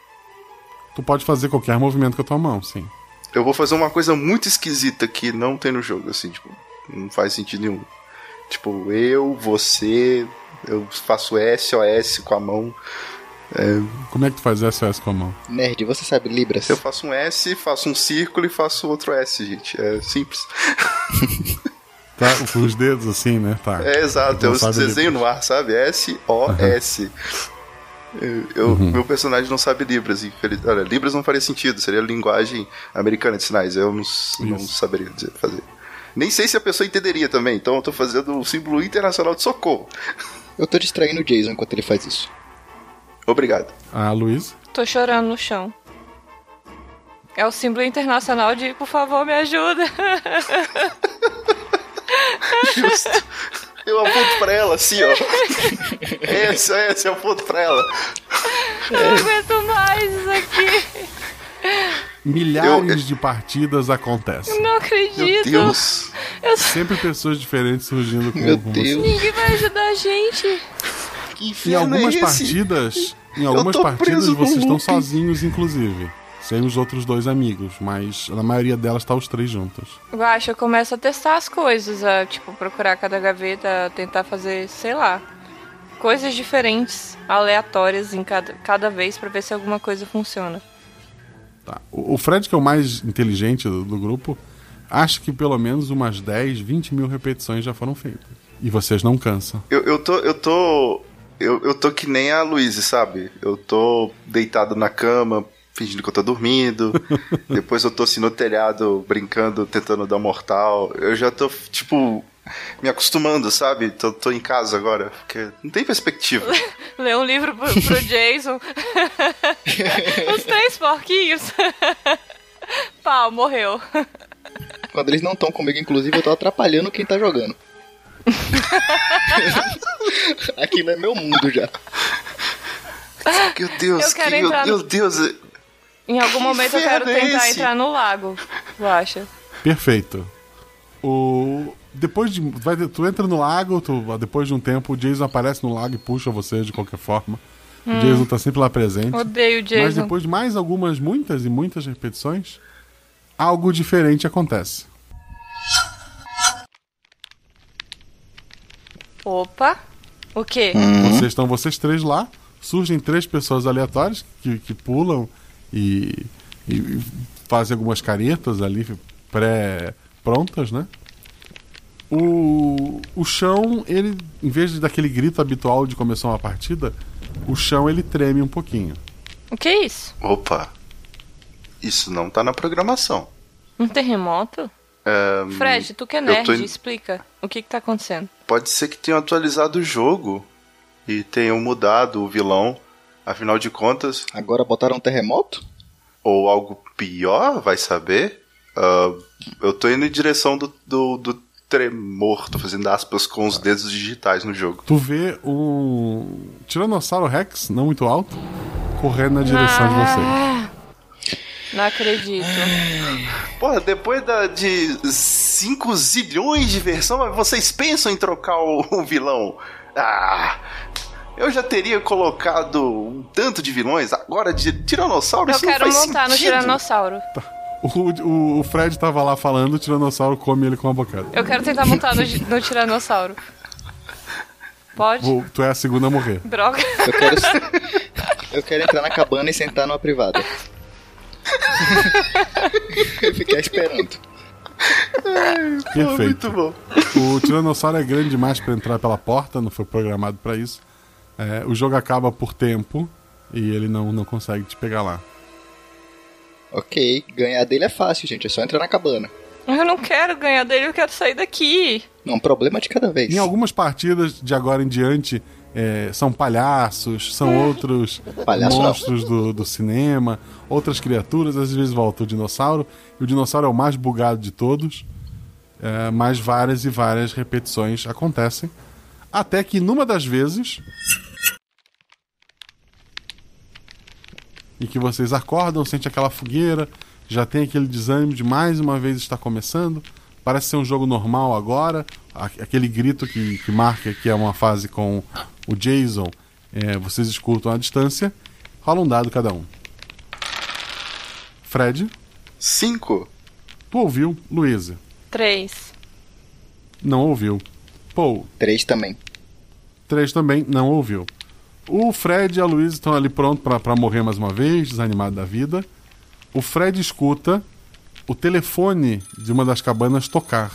Tu pode fazer qualquer movimento com a tua mão, sim.
Eu vou fazer uma coisa muito esquisita que não tem no jogo, assim, tipo, não faz sentido nenhum. Tipo, eu, você, eu faço SOS com a mão.
Como é que tu faz SOS com a mão?
Nerd, você sabe Libras?
Eu faço um S, faço um círculo e faço outro S, gente. É simples.
Tá, com os dedos assim, né? Tá.
É exato, eu
Não sabe
desenho no ar, sabe? É S, O, S. Eu- eu-
Uhum.
Meu personagem não sabe Libras. infeliz- Olha, Libras não faria sentido, seria linguagem americana de sinais. Eu não, s- não saberia dizer- fazer. Nem sei se a pessoa entenderia também, então eu tô fazendo um símbolo internacional de socorro.
Eu tô distraindo o Jason enquanto ele faz isso.
Obrigado.
Ah, Luiz?
Tô chorando no chão. É o símbolo internacional de por favor, me ajuda.
Eu aponto pra ela assim, ó. Essa, essa, eu aponto pra ela.
Não aguento mais isso aqui.
Milhares de partidas acontecem.
Eu Não acredito. Eu-
Sempre pessoas diferentes surgindo com Meu
Ninguém vai ajudar a gente.
Que é
Em algumas partidas, em algumas
tô
partidas
preso num
vocês estão
loop.
sozinhos, inclusive. Sem os outros dois amigos, mas na maioria delas tá os três juntos.
Guaxa, eu começo a testar as coisas, a, tipo, procurar cada gaveta, tentar fazer, sei lá, coisas diferentes, aleatórias em cada, cada vez pra ver se alguma coisa funciona.
O o Fred, que é o mais inteligente do, do grupo, acha que pelo menos umas 10, 20 mil repetições já foram feitas. E vocês não cansam.
Eu, eu tô. Eu tô. Eu, eu tô que nem a Luísa, sabe? Eu tô deitado na cama, fingindo que eu tô dormindo. Depois eu tô assim no telhado, brincando, tentando dar mortal. Eu já tô, tipo, me acostumando, sabe? Tô, tô em casa agora, porque não tem perspectiva.
Ler um livro pro, pro Jason. Os três porquinhos. Pau, morreu.
Quando eles não estão comigo, inclusive, eu tô atrapalhando quem tá jogando. Aquilo é meu mundo já.
Meu Deus,
Eu quero
que- meu,
entrar no-
meu Deus. é-
Em algum momento eu quero
inferno é
tentar
esse?
entrar no lago, eu acho.
Perfeito. O... Depois de. vai- tu entra no lago, tu- depois de um tempo, o Jason aparece no lago e puxa você de qualquer forma.
Hum.
O Jason tá sempre lá presente.
Odeio o Jason.
Mas depois de mais algumas, muitas e muitas repetições, algo diferente acontece.
Opa. O quê?
Hum.
Vocês estão vocês três lá, surgem três pessoas aleatórias que, que pulam e, e fazem algumas caretas ali pré-prontas, né? O, o chão, ele, em vez de daquele grito habitual de começar uma partida, o chão ele treme um pouquinho.
O que é isso?
Opa. Isso não tá na programação.
Um terremoto?
Ahn,
Fred, tu que é
eu
nerd,
tô em-
explica o que que tá acontecendo.
Pode ser que tenham atualizado o jogo e tenham mudado o vilão. Afinal de contas.
Agora botaram um terremoto?
Ou algo pior, vai saber? Ah, eu tô indo em direção do, do, do tremor, tô fazendo aspas com os dedos digitais no jogo.
Tu vê um Tiranossauro Rex, não muito alto, correndo na direção de vocês.
Ah, Não acredito.
Porra, depois da- de 5 zilhões de versão, mas vocês pensam em trocar o, o vilão? Ah! Eu já teria colocado um tanto de vilões, agora de Tiranossauro
eu
isso não
quero
faz
montar no
sentido.
Tiranossauro.
O, o, o Fred tava lá falando, o Tiranossauro come ele com uma bocada.
Eu quero tentar montar no, no Tiranossauro. Pode?
Vou- Tu é a segunda a morrer.
Droga.
Eu quero, eu quero entrar na cabana e sentar numa privada. e ficar esperando.
Perfeito.
muito bom.
O Tiranossauro é grande demais pra entrar pela porta, não foi programado pra isso. É, o jogo acaba por tempo e ele não, não consegue te pegar lá.
Ok, ganhar dele é fácil, gente. É só entrar na cabana.
Eu não quero ganhar dele, eu quero sair daqui.
Não, um problema de cada vez.
Em algumas partidas de agora em diante, é, são palhaços, são outros
É. Palhaço não.
monstros do, do cinema, outras criaturas. Às vezes volta o dinossauro, e o dinossauro é o mais bugado de todos. É, mas várias e várias repetições acontecem. Até que numa das vezes. E que vocês acordam, sente aquela fogueira, já tem aquele desânimo de mais uma vez estar começando. Parece ser um jogo normal agora. a- Aquele grito que, que marca que é uma fase com o Jason, é, vocês escutam à distância. Rola um dado cada um. Fred.
Cinco.
Tu ouviu, Luísa.
Três.
Não ouviu. Paul.
Três também.
Três também não ouviu. O Fred e a Luísa estão ali pronto pra pra morrer mais uma vez, desanimado da vida. O Fred escuta o telefone de uma das cabanas tocar.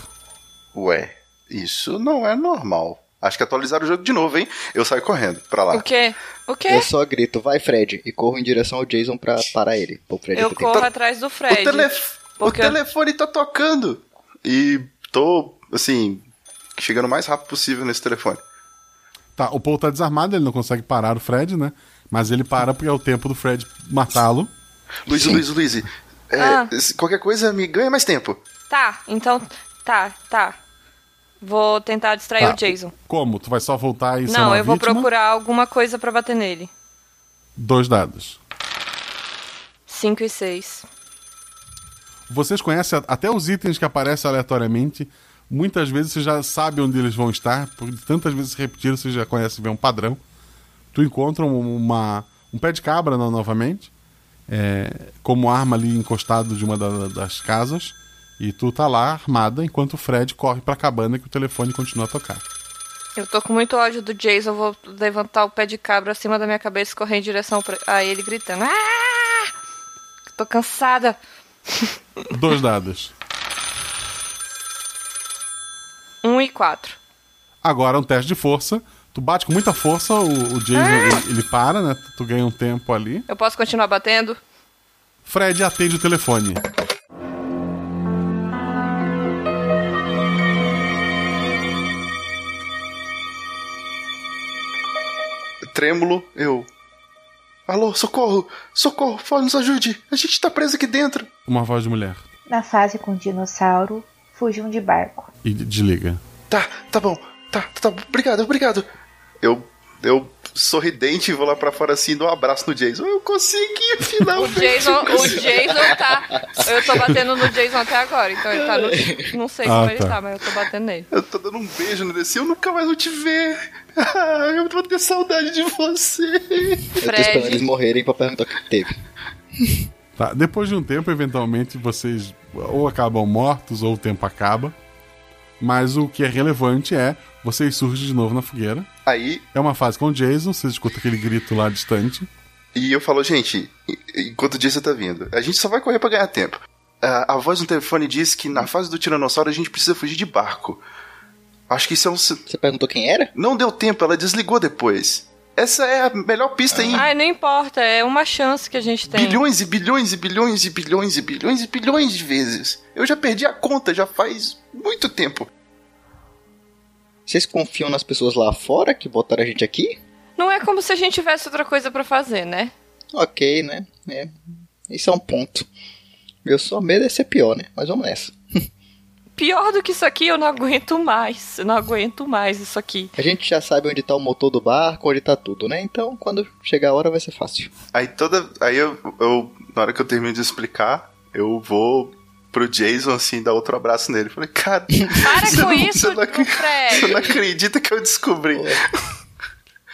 Ué, isso não é normal. Acho que atualizaram o jogo de novo, hein? Eu saio correndo pra lá.
O quê? O quê?
Eu só grito, vai Fred, e corro em direção ao Jason pra parar ele. Pô, Fred,
Eu
tá
corro
tentando-
atrás do Fred.
O, telef-
Porque-
o telefone tá tocando. E tô, assim, chegando o mais rápido possível nesse telefone.
Tá, o Paul tá desarmado, ele não consegue parar o Fred, né? Mas ele para porque é o tempo do Fred matá-lo.
Luiz, Luiz, Luiz, é,
Ah.
se qualquer coisa me ganha mais tempo.
Tá, então. Tá, tá. Vou tentar distrair
Tá.
o Jason.
Como? Tu vai só voltar e ser
não,
uma
eu vou
vítima?
procurar alguma coisa pra bater nele.
Dois dados.
5 e 6.
Vocês conhecem a- até os itens que aparecem aleatoriamente. Muitas vezes você já sabe onde eles vão estar, porque de tantas vezes se repetiram, você já conhece bem um padrão. Tu encontra um- uma, um pé de cabra no- novamente, é, como arma ali encostado de uma da- da- das casas, e tu tá lá armada enquanto o Fred corre pra cabana que o telefone continua a tocar.
Eu tô com muito ódio do Jason, vou levantar o pé de cabra acima da minha cabeça e correr em direção pra- a ele gritando. Ah! Tô cansada.
Dois dados.
1 um e 4.
Agora é um teste de força. Tu bate com muita força, o, o Jason ele, ele para, né? Tu ganha um tempo ali.
Eu posso continuar batendo?
Fred atende o telefone.
Trêmulo, eu. Alô, socorro! Socorro, Fábio, nos ajude! A gente tá preso aqui dentro!
Uma voz de mulher.
Na fase com o dinossauro, fujam de barco.
E de- desliga.
Tá, tá bom. Tá, tá, tá, obrigado, obrigado. Eu, eu sorridente vou lá pra fora assim e dou um abraço no Jason. Eu consegui,
O
finalmente.
Jason, o Jason tá. Eu tô batendo no Jason até agora, então ele tá no. Não sei
Ah,
como ele
tá.
tá, mas eu tô batendo nele.
Eu tô dando um beijo nele assim, eu nunca mais vou te ver. Ah, eu vou ter saudade de você.
Eu tô esperando eles morrerem pra perguntar o que teve.
Tá, depois de um tempo, eventualmente, vocês ou acabam mortos ou o tempo acaba. Mas o que é relevante é vocês surgem de novo na fogueira.
Aí.
É uma fase com o Jason, vocês escutam aquele grito lá distante.
E eu falo, gente, en- enquanto o Jason tá vindo, a gente só vai correr pra ganhar tempo. Ah, a voz no telefone diz que na fase do Tiranossauro a gente precisa fugir de barco. Acho que isso é um. Você
perguntou quem era?
Não deu tempo, ela desligou depois. Essa é a melhor pista aí.
Ai, não importa, é uma chance que a gente Ah, tem.
Bilhões e bilhões e bilhões e bilhões e bilhões e bilhões de vezes. Eu já perdi a conta já faz muito tempo.
Vocês confiam nas pessoas lá fora que botaram a gente aqui?
Não é como se a gente tivesse outra coisa pra fazer, né?
Ok, né? É. Isso é um ponto. Meu só medo é ser pior, né? Mas vamos nessa.
Pior do que isso aqui, eu não aguento mais. Eu não aguento mais isso aqui.
A gente já sabe onde tá o motor do barco, onde tá tudo, né? Então, quando chegar a hora vai ser fácil.
Aí toda. Aí eu, eu- Na hora que eu termino de explicar, eu vou pro Jason assim, dar outro abraço nele. Falei, cara.
Para
você
com
não-
isso,
você não, acre-
Fred.
você não acredita que eu descobri.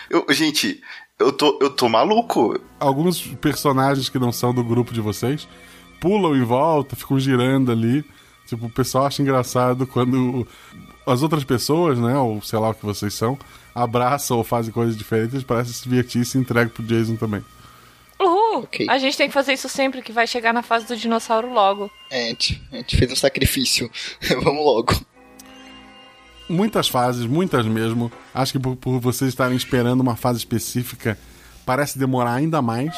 Eu- gente, eu tô, eu tô maluco.
Alguns personagens que não são do grupo de vocês pulam em volta, ficam girando ali. Tipo, o pessoal acha engraçado quando as outras pessoas, né, ou sei lá o que vocês são, abraçam ou fazem coisas diferentes, parece se divertir e se entregam pro Jason também.
Uhul!
Ok.
A gente tem que fazer isso sempre que vai chegar na fase do dinossauro logo.
É, a gente, a gente fez um sacrifício. vamos logo.
muitas fases, muitas mesmo. Acho que por, por vocês estarem esperando uma fase específica, parece demorar ainda mais.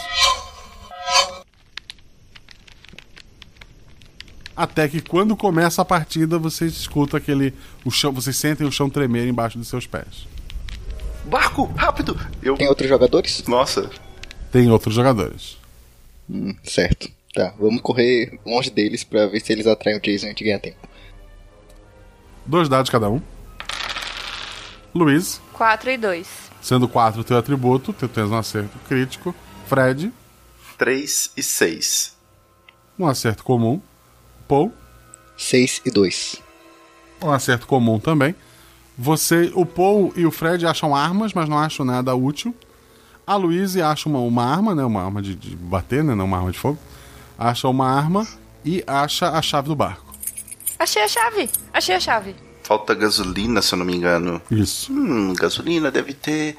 Até que quando começa a partida, vocês escutam aquele. O chão, vocês sentem o chão tremer embaixo dos seus pés.
Barco, rápido! Eu...
Tem outros jogadores?
Nossa.
Tem outros jogadores.
Hum, certo. Tá, vamos correr longe deles pra ver se eles atraem o Jason e a gente ganha tempo.
Dois dados cada um. Luiz,
4 e 2.
sendo quatro o teu atributo, teu tens um acerto crítico. Fred,
3 e 6.
um acerto comum. Paul,
6 e 2.
Um acerto comum também. Você, o Paul e o Fred acham armas, mas não acham nada útil. A Louise acha uma, uma arma, né? Uma arma de, de bater, né? Não uma arma de fogo. Acha uma arma e acha a chave do barco.
Achei a chave! Achei a chave!
Falta gasolina, se eu não me engano.
Isso.
Hum, gasolina deve ter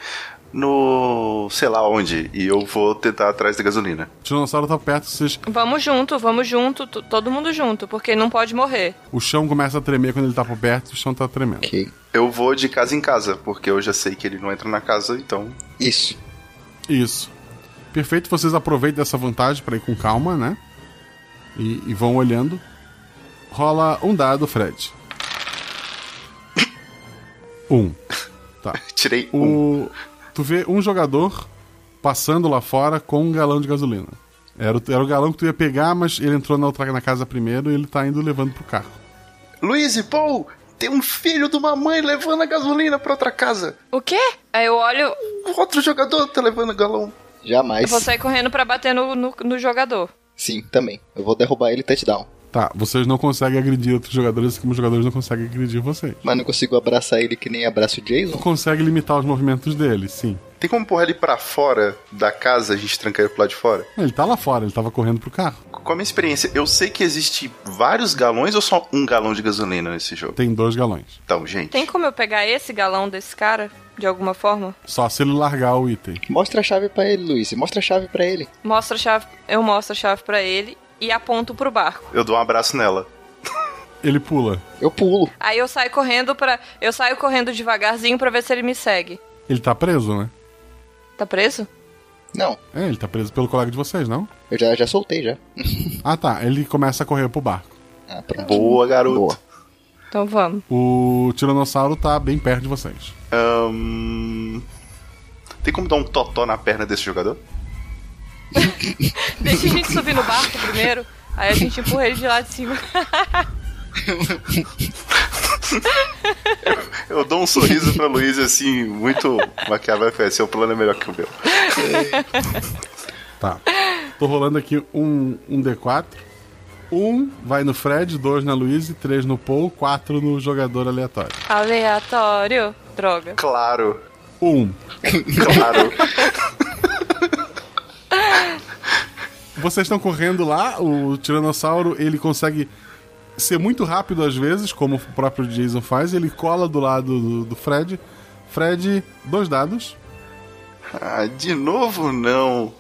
no. sei lá onde. E eu vou tentar atrás da gasolina.
O tiranossauro tá perto, vocês,
Vamos junto, vamos junto, t- todo mundo junto, porque não pode morrer.
o chão começa a tremer quando ele tá por perto, o chão tá tremendo.
Eu vou de casa em casa, porque eu já sei que ele não entra na casa, então.
Isso.
Isso. Perfeito, vocês aproveitam dessa vantagem pra ir com calma, né? E, e vão olhando. Rola um dado, Fred. Um. Tá.
Tirei
um. Tu vê um jogador passando lá fora com um galão de gasolina. Era o, era o galão que tu ia pegar, mas ele entrou na outra na casa primeiro e ele tá indo levando pro carro.
Luiz e Paul, tem um filho de uma mãe levando a gasolina pra outra casa.
O quê? Aí eu olho.
Outro jogador tá levando galão.
Eu
Jamais.
vou sair correndo pra bater no, no, no jogador.
Sim, também. Eu vou derrubar ele touchdown.
Tá, vocês não conseguem agredir outros jogadores, assim como os jogadores não conseguem agredir vocês.
Mas não consigo abraçar ele que nem abraço o Jason?
Tu consegue limitar os movimentos dele, sim.
Tem como empurrar ele pra fora da casa, a gente trancar ele pro lado de fora?
Ele tá lá fora, ele tava correndo pro carro.
Com a minha experiência, eu sei que existe vários galões ou só um galão de gasolina nesse jogo?
Tem dois galões.
Então, gente.
Tem como eu pegar esse galão desse cara, de alguma forma?
Só se ele largar o item.
Mostra a chave pra ele, Luiz. Mostra a chave pra ele.
Mostra a chave, eu mostro a chave pra ele e aponto pro barco.
Eu dou um abraço nela.
Ele pula.
Eu pulo.
Aí eu saio correndo para, eu saio correndo devagarzinho pra ver se ele me segue.
Ele tá preso, né?
Tá preso?
Não.
É, ele tá preso pelo colega de vocês, não?
Eu já, já soltei, já.
ah, tá. Ele começa a correr pro barco.
Ah, pronto.
Boa, garoto.
Então vamos.
O Tiranossauro tá bem perto de vocês.
Ahn, Tem como dar um totó na perna desse jogador?
Deixa a gente subir no barco primeiro. Aí a gente empurra ele de lá de cima.
Eu dou um sorriso pra Luiz, assim, muito maquiavélico. é, Seu plano é melhor que o meu.
Tá. Tô rolando aqui um, um D4. Um vai no Fred, dois na Luiz, três no Paul, quatro no jogador aleatório.
Aleatório. Droga.
Claro.
Um.
Claro.
Vocês estão correndo lá, o Tiranossauro ele consegue ser muito rápido às vezes, como o próprio Jason faz, ele cola do lado do, do Fred. Fred, dois dados.
Ah, de novo não.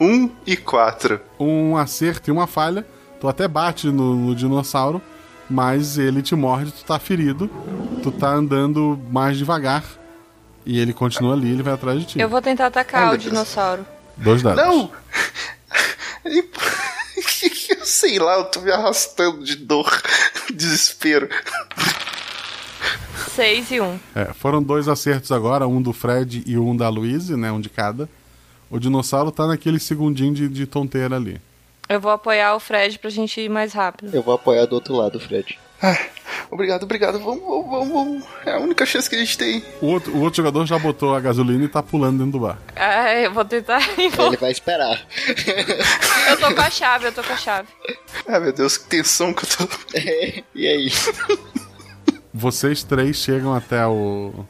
Um e quatro.
um acerto e uma falha. Tu até bate no, no dinossauro, mas ele te morde, tu tá ferido, tu tá andando mais devagar. E ele continua ali, ele vai atrás de ti.
Eu vou tentar atacar
Olha
o dinossauro.
Dois dados.
Não! Eu sei lá, eu tô me arrastando de dor, desespero.
seis e um.
É, foram dois acertos agora, um do Fred e um da Louise, né? Um de cada. O dinossauro tá naquele segundinho de, de tonteira ali.
Eu vou apoiar o Fred pra gente ir mais rápido.
Eu vou apoiar do outro lado, Fred.
Obrigado, obrigado. Vamos, vamos, vamos, vamos. É a única chance que a gente tem.
O outro, o outro jogador já botou a gasolina e tá pulando dentro do bar.
Ah, eu vou tentar. Eu
vai esperar.
tô com a chave, eu tô com a chave.
Ah, meu Deus, que tensão que eu tô.
É e aí?
Vocês três chegam até o,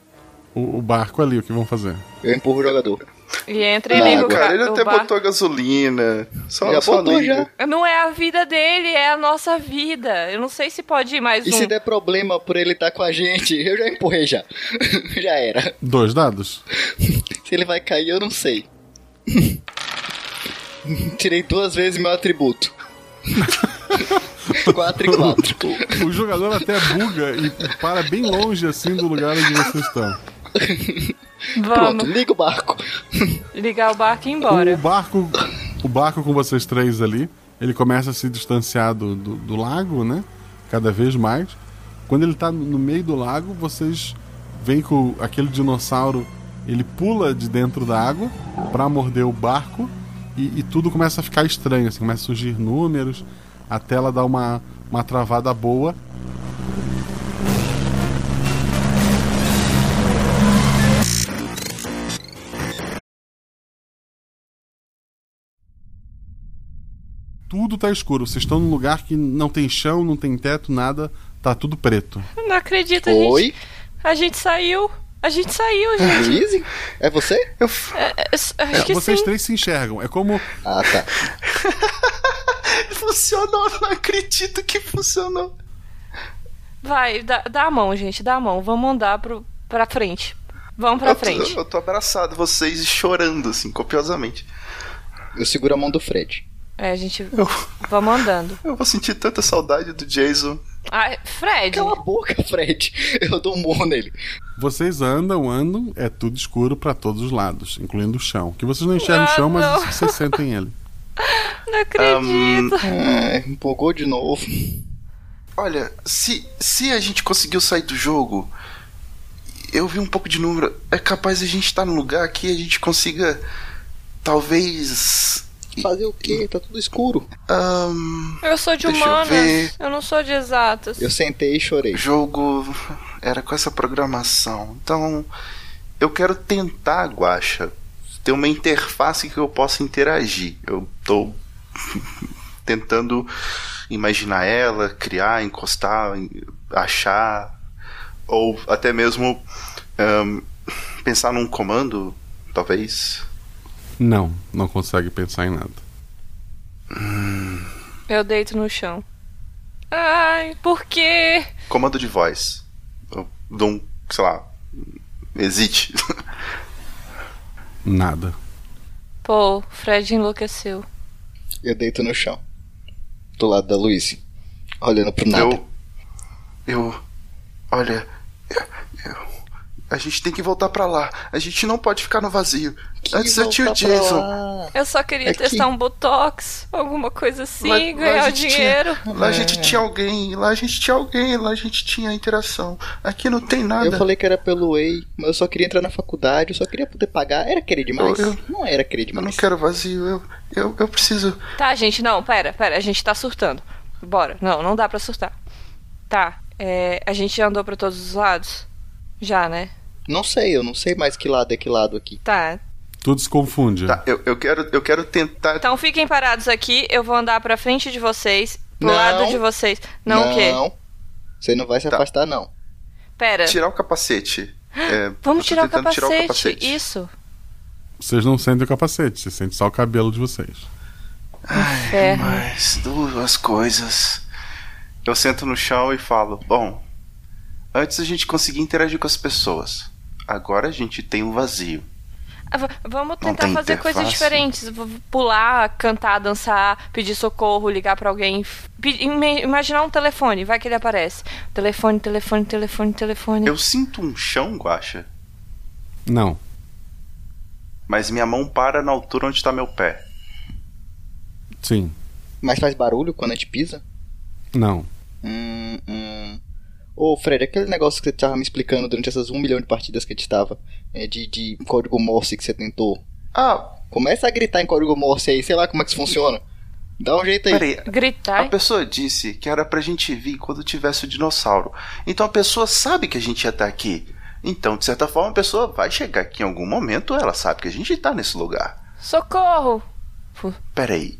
o, o barco ali, o que vão fazer?
Eu empurro o jogador.
E entra e liga o
Ah, cara,
ca-
ele
o
até
bar.
botou a gasolina. Só,
Já
só
botou,
liga.
já.
Não é a vida dele, é a nossa vida. Eu não sei se pode ir mais
E
um.
se der problema por ele estar com a gente, eu já empurrei já. já era.
Dois dados?
Se ele vai cair, eu não sei. Tirei duas vezes meu atributo. 4 e 4.
O, o jogador até buga e para bem longe assim do lugar onde vocês estão.
Vamos.
Pronto, liga o barco.
Ligar o barco e ir embora.
O barco, o barco com vocês três ali, ele começa a se distanciar do, do, do lago, né? Cada vez mais. Quando ele tá no meio do lago, vocês veem que o- aquele dinossauro ele pula de dentro da água para morder o barco e, e tudo começa a ficar estranho, assim, começa a surgir números, a tela dá uma, uma travada boa Tudo tá escuro. Vocês estão num lugar que não tem chão, não tem teto, nada. Tá tudo preto.
Não acredito, a
Oi?
gente. A gente saiu. A gente saiu, gente.
É você?
Eu...
É, é, s- acho
É,
que
vocês
sim.
três se enxergam. É como.
Ah, tá.
Funcionou, não acredito que funcionou.
Vai, dá, dá a mão, gente, dá a mão. Vamos andar pro, pra frente. Vamos pra
eu, tô-
frente.
eu tô abraçado, vocês chorando, assim, copiosamente.
Eu seguro a mão do Fred.
É, a gente. Vamos andando.
Eu vou sentir tanta saudade do Jason.
Ai, Fred.
Cala a boca, Fred. Eu dou um morro nele.
Vocês andam, andam, é tudo escuro pra todos os lados, incluindo o chão. Que vocês não enxergam o chão, mas
Ah, não.
vocês sentem ele.
Não
Um,
acredito.
Ah, empolgou de novo.
Olha, se, se a gente conseguiu sair do jogo, eu vi um pouco de número. É capaz a gente estar num lugar que a gente consiga. Talvez.
Fazer o quê? Tá tudo escuro.
Ahn,
Eu sou de
Deixa eu
humanas.
ver.
Eu, não sou de exatas.
sentei e chorei.
Jogo era com essa programação. Então, eu quero tentar, Guacha, ter uma interface que eu possa interagir. Eu tô tentando imaginar ela, criar, encostar, em- achar, ou até mesmo ahn, pensar num comando, talvez.
Não, não consegue pensar em nada.
Eu deito no chão. Ai, por quê?
Comando de voz. Eu dou um, sei lá, um exit.
Nada.
Pô, Fred enlouqueceu.
Eu deito no chão. Do lado da Luiz. Olhando pro nada.
Eu. Eu. Olha. eu- eu- a gente tem que voltar pra lá. A gente não pode ficar no vazio. Antes eu tinha o
voltar pra
Jason.
Eu só queria
Aqui.
testar um botox, alguma coisa assim,
Lá- lá
ganhar
É a
o
gente tinha-
dinheiro.
lá a gente tinha alguém, lá a gente tinha alguém, lá a gente tinha interação. Aqui não tem nada.
Eu falei que era pelo Way, mas eu só queria entrar na faculdade, eu só queria poder pagar. Era querer demais?
Eu- eu-
Não era querer demais.
Eu não quero vazio, eu, eu, eu preciso.
Tá, gente, não, pera, pera, a gente tá surtando. Bora. Não, não dá pra surtar. Tá, É, a gente já andou pra todos os lados? Já, né?
Não sei, eu não sei mais que lado é que lado aqui.
Tá.
Tudo se confunde.
Tá, eu, eu, quero, eu quero tentar.
Então fiquem parados aqui, eu vou andar pra frente de vocês, pro
Não.
lado de vocês. Não, o quê?
Não. Você não
Tá.
vai se afastar, não.
Pera.
Tirar o capacete. É,
Vamos
eu
tirar o,
tô tentando
capacete.
tirar o capacete.
Isso.
Vocês não sentem o capacete, vocês sentem só o cabelo de vocês.
Hum.
Ferro.
Mas duas coisas. Eu sento no chão e falo: Bom, antes a gente conseguia interagir com as pessoas. Agora a gente tem um vazio.
Ah, v- Vamos tentar
tem
fazer coisas
interface?
diferentes. V- v- Pular, cantar, dançar, pedir socorro, ligar pra alguém. f- pe- ime- Imaginar um telefone, vai que ele aparece. Telefone, telefone, telefone, telefone.
Eu sinto um chão, guacha,
Não.
mas minha mão para na altura onde está meu pé.
Sim.
Mas faz barulho quando a gente pisa?
Não.
Hum, hum. Ô, Fred, aquele negócio que você tava me explicando durante essas um milhão de partidas que a gente tava, é, de, de código Morse que você tentou.
Ah,
começa a gritar em código Morse aí, sei lá como é que isso funciona. Dá um jeito aí.
Gritar?
A pessoa disse que era pra gente vir quando tivesse o dinossauro. Então a pessoa sabe que a gente ia estar aqui. Então, de certa forma, a pessoa vai chegar aqui em algum momento, ela sabe que a gente tá nesse lugar.
Socorro!
Peraí.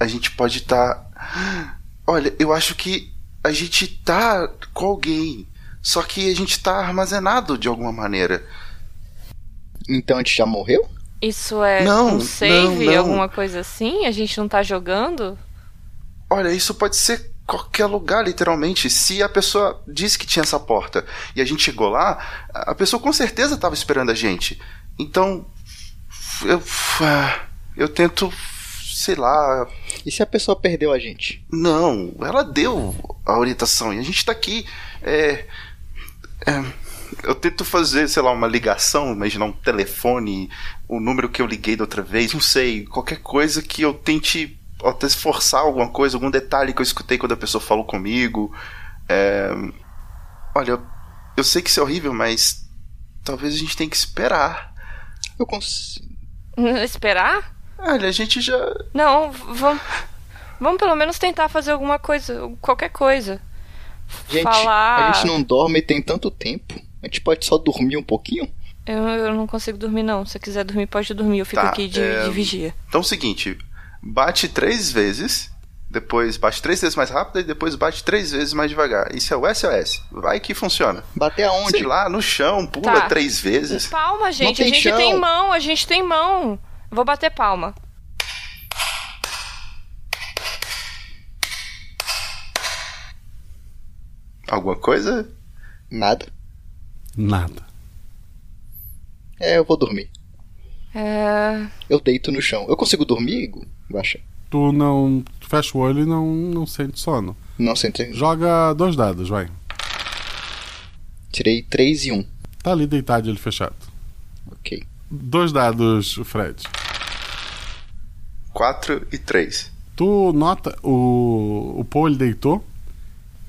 A gente pode estar. Olha, eu acho que a gente tá com alguém. Só que a gente tá armazenado de alguma maneira.
Então a gente já morreu?
Isso é
Não,
um save,
não, não.
alguma coisa assim? A gente não tá jogando?
Olha, isso pode ser qualquer lugar, literalmente. Se a pessoa disse que tinha essa porta e a gente chegou lá, a a pessoa com certeza estava esperando a gente. Então, eu, eu tento, sei lá.
E se a pessoa perdeu a gente?
Não, ela deu a orientação e a gente tá aqui. É, é, eu tento fazer, sei lá, uma ligação, imaginar um telefone, o número que eu liguei da outra vez, não sei, qualquer coisa que eu tente até esforçar alguma coisa, algum detalhe que eu escutei quando a pessoa falou comigo. É, olha, eu, eu sei que isso é horrível, mas talvez a gente tenha que esperar.
Eu consigo.
Esperar?
Olha, a gente já.
Não, v- vamos. Vamos pelo menos tentar fazer alguma coisa, qualquer coisa.
Gente,
Falar.
a gente não dorme tem tanto tempo. A gente pode só dormir um pouquinho?
Eu, eu não consigo dormir, não. Se você quiser dormir, pode dormir. Eu fico
Tá,
aqui de,
é,
de vigia.
Então é o seguinte: bate três vezes, depois bate três vezes mais rápido e depois bate três vezes mais devagar. Isso é o SOS. Vai que funciona.
Bater aonde?
Sei lá, no chão, pula
Tá.
três vezes.
Palma, gente. A gente tem mão, a gente tem mão. Vou bater palma.
Alguma coisa?
Nada.
Nada.
É, eu vou dormir.
É...
Eu deito no chão. Eu consigo dormir, Igor? Baixa.
Tu não. Tu fecha o olho e não, não sente sono.
Não sente.
Joga dois dados, vai.
Tirei 3 e 1. Um.
Tá ali deitado, de olho fechado.
Ok.
Dois dados, Fred.
Quatro e três.
Tu nota o, o Paul ele deitou.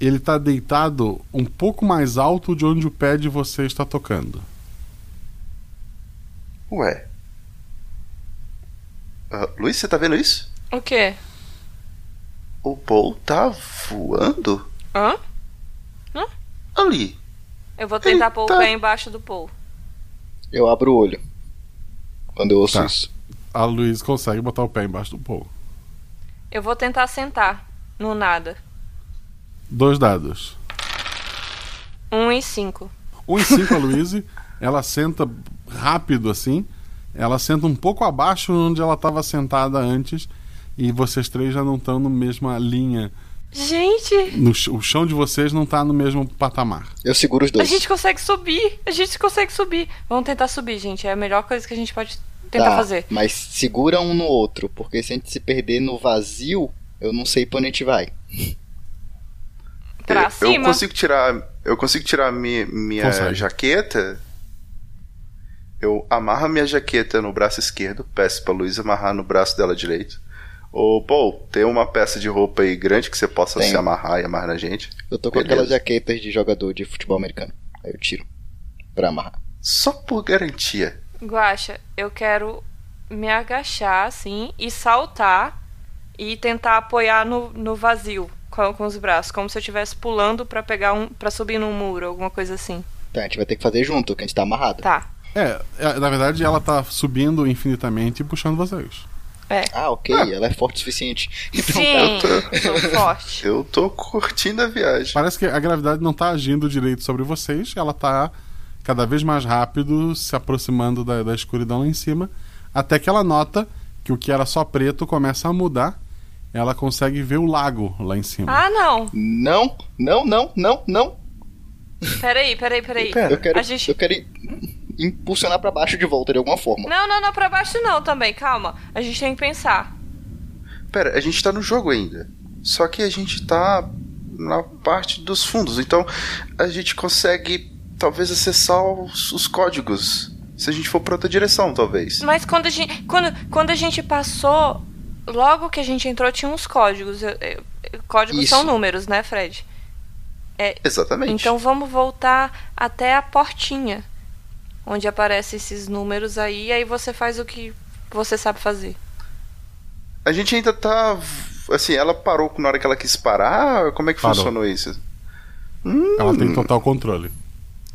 Ele tá deitado um pouco mais alto de onde o pé de você está tocando.
Ué. Ah, Luiz, você tá vendo isso?
O quê?
O Paul tá voando?
Hã?
Ali.
Eu vou tentar pôr
Eita.
o pé embaixo do Paul.
Eu abro o olho. Quando eu
Tá.
ouço isso.
A Luiz consegue botar o pé embaixo do Paul.
Eu vou tentar sentar. No nada.
Dois dados.
Um e cinco.
Um em cinco a Luiz, ela senta rápido assim. Ela senta um pouco abaixo onde ela estava sentada antes. E vocês três já não estão na mesma linha.
Gente!
No ch- o chão de vocês não tá no mesmo patamar.
Eu seguro os
A gente consegue subir! A gente consegue subir! Vamos tentar subir, gente. É a melhor coisa que a gente pode tentar
Tá,
fazer.
Mas segura um no outro, porque se a gente se perder no vazio, eu não sei pra onde a gente vai.
Pra
eu
cima?
consigo tirar. Eu consigo tirar mi- minha
Consegue.
jaqueta. Eu amarro minha jaqueta no braço esquerdo, peço pra Luiz amarrar no braço dela direito. Ô, Paul, tem uma peça de roupa aí grande que você possa
Tenho.
se amarrar e amarrar na gente?
Eu tô com
Beleza.
aquelas jaquetas de jogador de futebol americano. Aí eu tiro. Pra amarrar.
Só por garantia.
Guaxa, eu quero me agachar assim e saltar e tentar apoiar no, no vazio. com, com os braços, como se eu estivesse pulando pra pegar um para subir num muro, alguma coisa assim.
Então a gente vai ter que fazer junto, que a gente tá amarrado.
Tá.
É, é, na verdade ela tá subindo infinitamente e puxando vocês.
É.
Ah, ok, ela é forte o suficiente. Então, tá.
Sim, sou forte.
Eu tô curtindo a viagem.
Parece que a gravidade não tá agindo direito sobre vocês, ela tá cada vez mais rápido, se aproximando da, da escuridão lá em cima, até que ela nota que o que era só preto começa a mudar. Ela consegue ver o lago lá em cima.
Ah, não.
Não, não, não, não, não.
Peraí, peraí, peraí.
Pera, eu quero,
A gente-
eu quero i- impulsionar pra baixo de volta de alguma forma.
Não, não, não, pra baixo não também, calma. A gente tem que pensar.
Pera, a gente tá no jogo ainda. Só que a gente tá na parte dos fundos. Então a gente consegue talvez acessar os, os códigos. Se a gente for pra outra direção, talvez.
Mas quando a gente, quando, quando a gente passou, logo que a gente entrou, tinha uns códigos. Eu- eu- códigos
Isso.
são números, né, Fred? É,
Exatamente.
Então vamos voltar até a portinha, onde aparecem esses números aí, aí você faz o que você sabe fazer.
A gente ainda tá. Assim, ela parou na hora que ela quis parar? Como é que
Parou.
funcionou isso?
Ela tem total controle.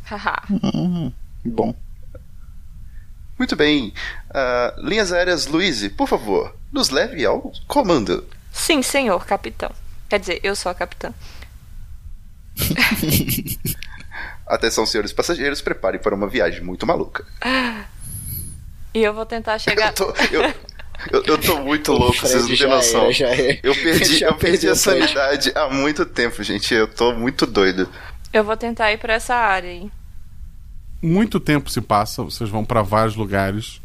Haha.
Bom.
Muito bem. Ah, linhas aéreas, Luiz, por favor, nos leve ao comando.
Sim, senhor, capitão. Quer dizer, eu sou a capitã.
Atenção, senhores passageiros, preparem para uma viagem muito maluca.
E eu vou tentar chegar.
Eu, eu tô muito louco,
Fred,
vocês não
já
têm noção.
é, já é.
Eu perdi,
Já
eu perdi
perdeu,
a
Fred.
sanidade há muito tempo, gente. Eu tô muito doido.
Eu vou tentar ir pra essa área aí.
Muito tempo se passa, vocês vão pra vários lugares.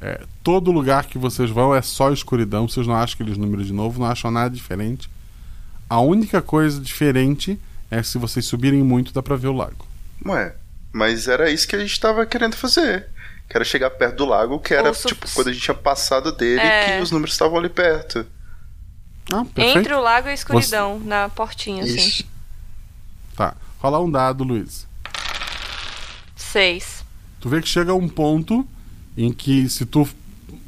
É, todo lugar que vocês vão é só escuridão, vocês não acham aqueles números de novo, não acham nada diferente. A única coisa diferente é que se vocês subirem muito, dá pra ver o lago.
Ué, mas era isso que a gente tava querendo fazer. Que era chegar perto do lago, que era,
Ou su-
tipo, quando a gente tinha passado dele,
É.
que os números estavam ali perto.
Ah,
Entre o lago e a escuridão, na portinha, assim.
Tá. Rola um dado, Luiz.
Seis.
Tu vê que chega um ponto em que se tu,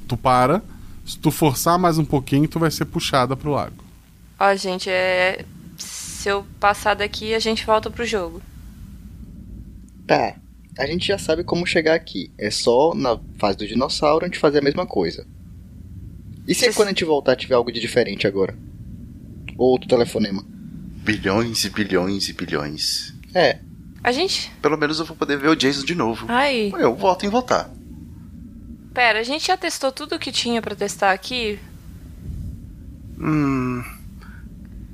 tu para, se tu forçar mais um pouquinho, tu vai ser puxada pro lago.
Ó, gente, é. Se eu passar daqui, a gente volta pro jogo.
Tá. A gente já sabe como chegar aqui. É só na fase do dinossauro a gente fazer a mesma coisa. E se quando a gente voltar tiver algo de diferente agora? Ou outro telefonema?
Bilhões e bilhões e bilhões.
É.
A gente.
Pelo menos eu vou poder ver o Jason de novo.
Ai.
Ué, Eu voto em votar.
Pera, a gente já testou tudo que tinha pra testar aqui?
Hum.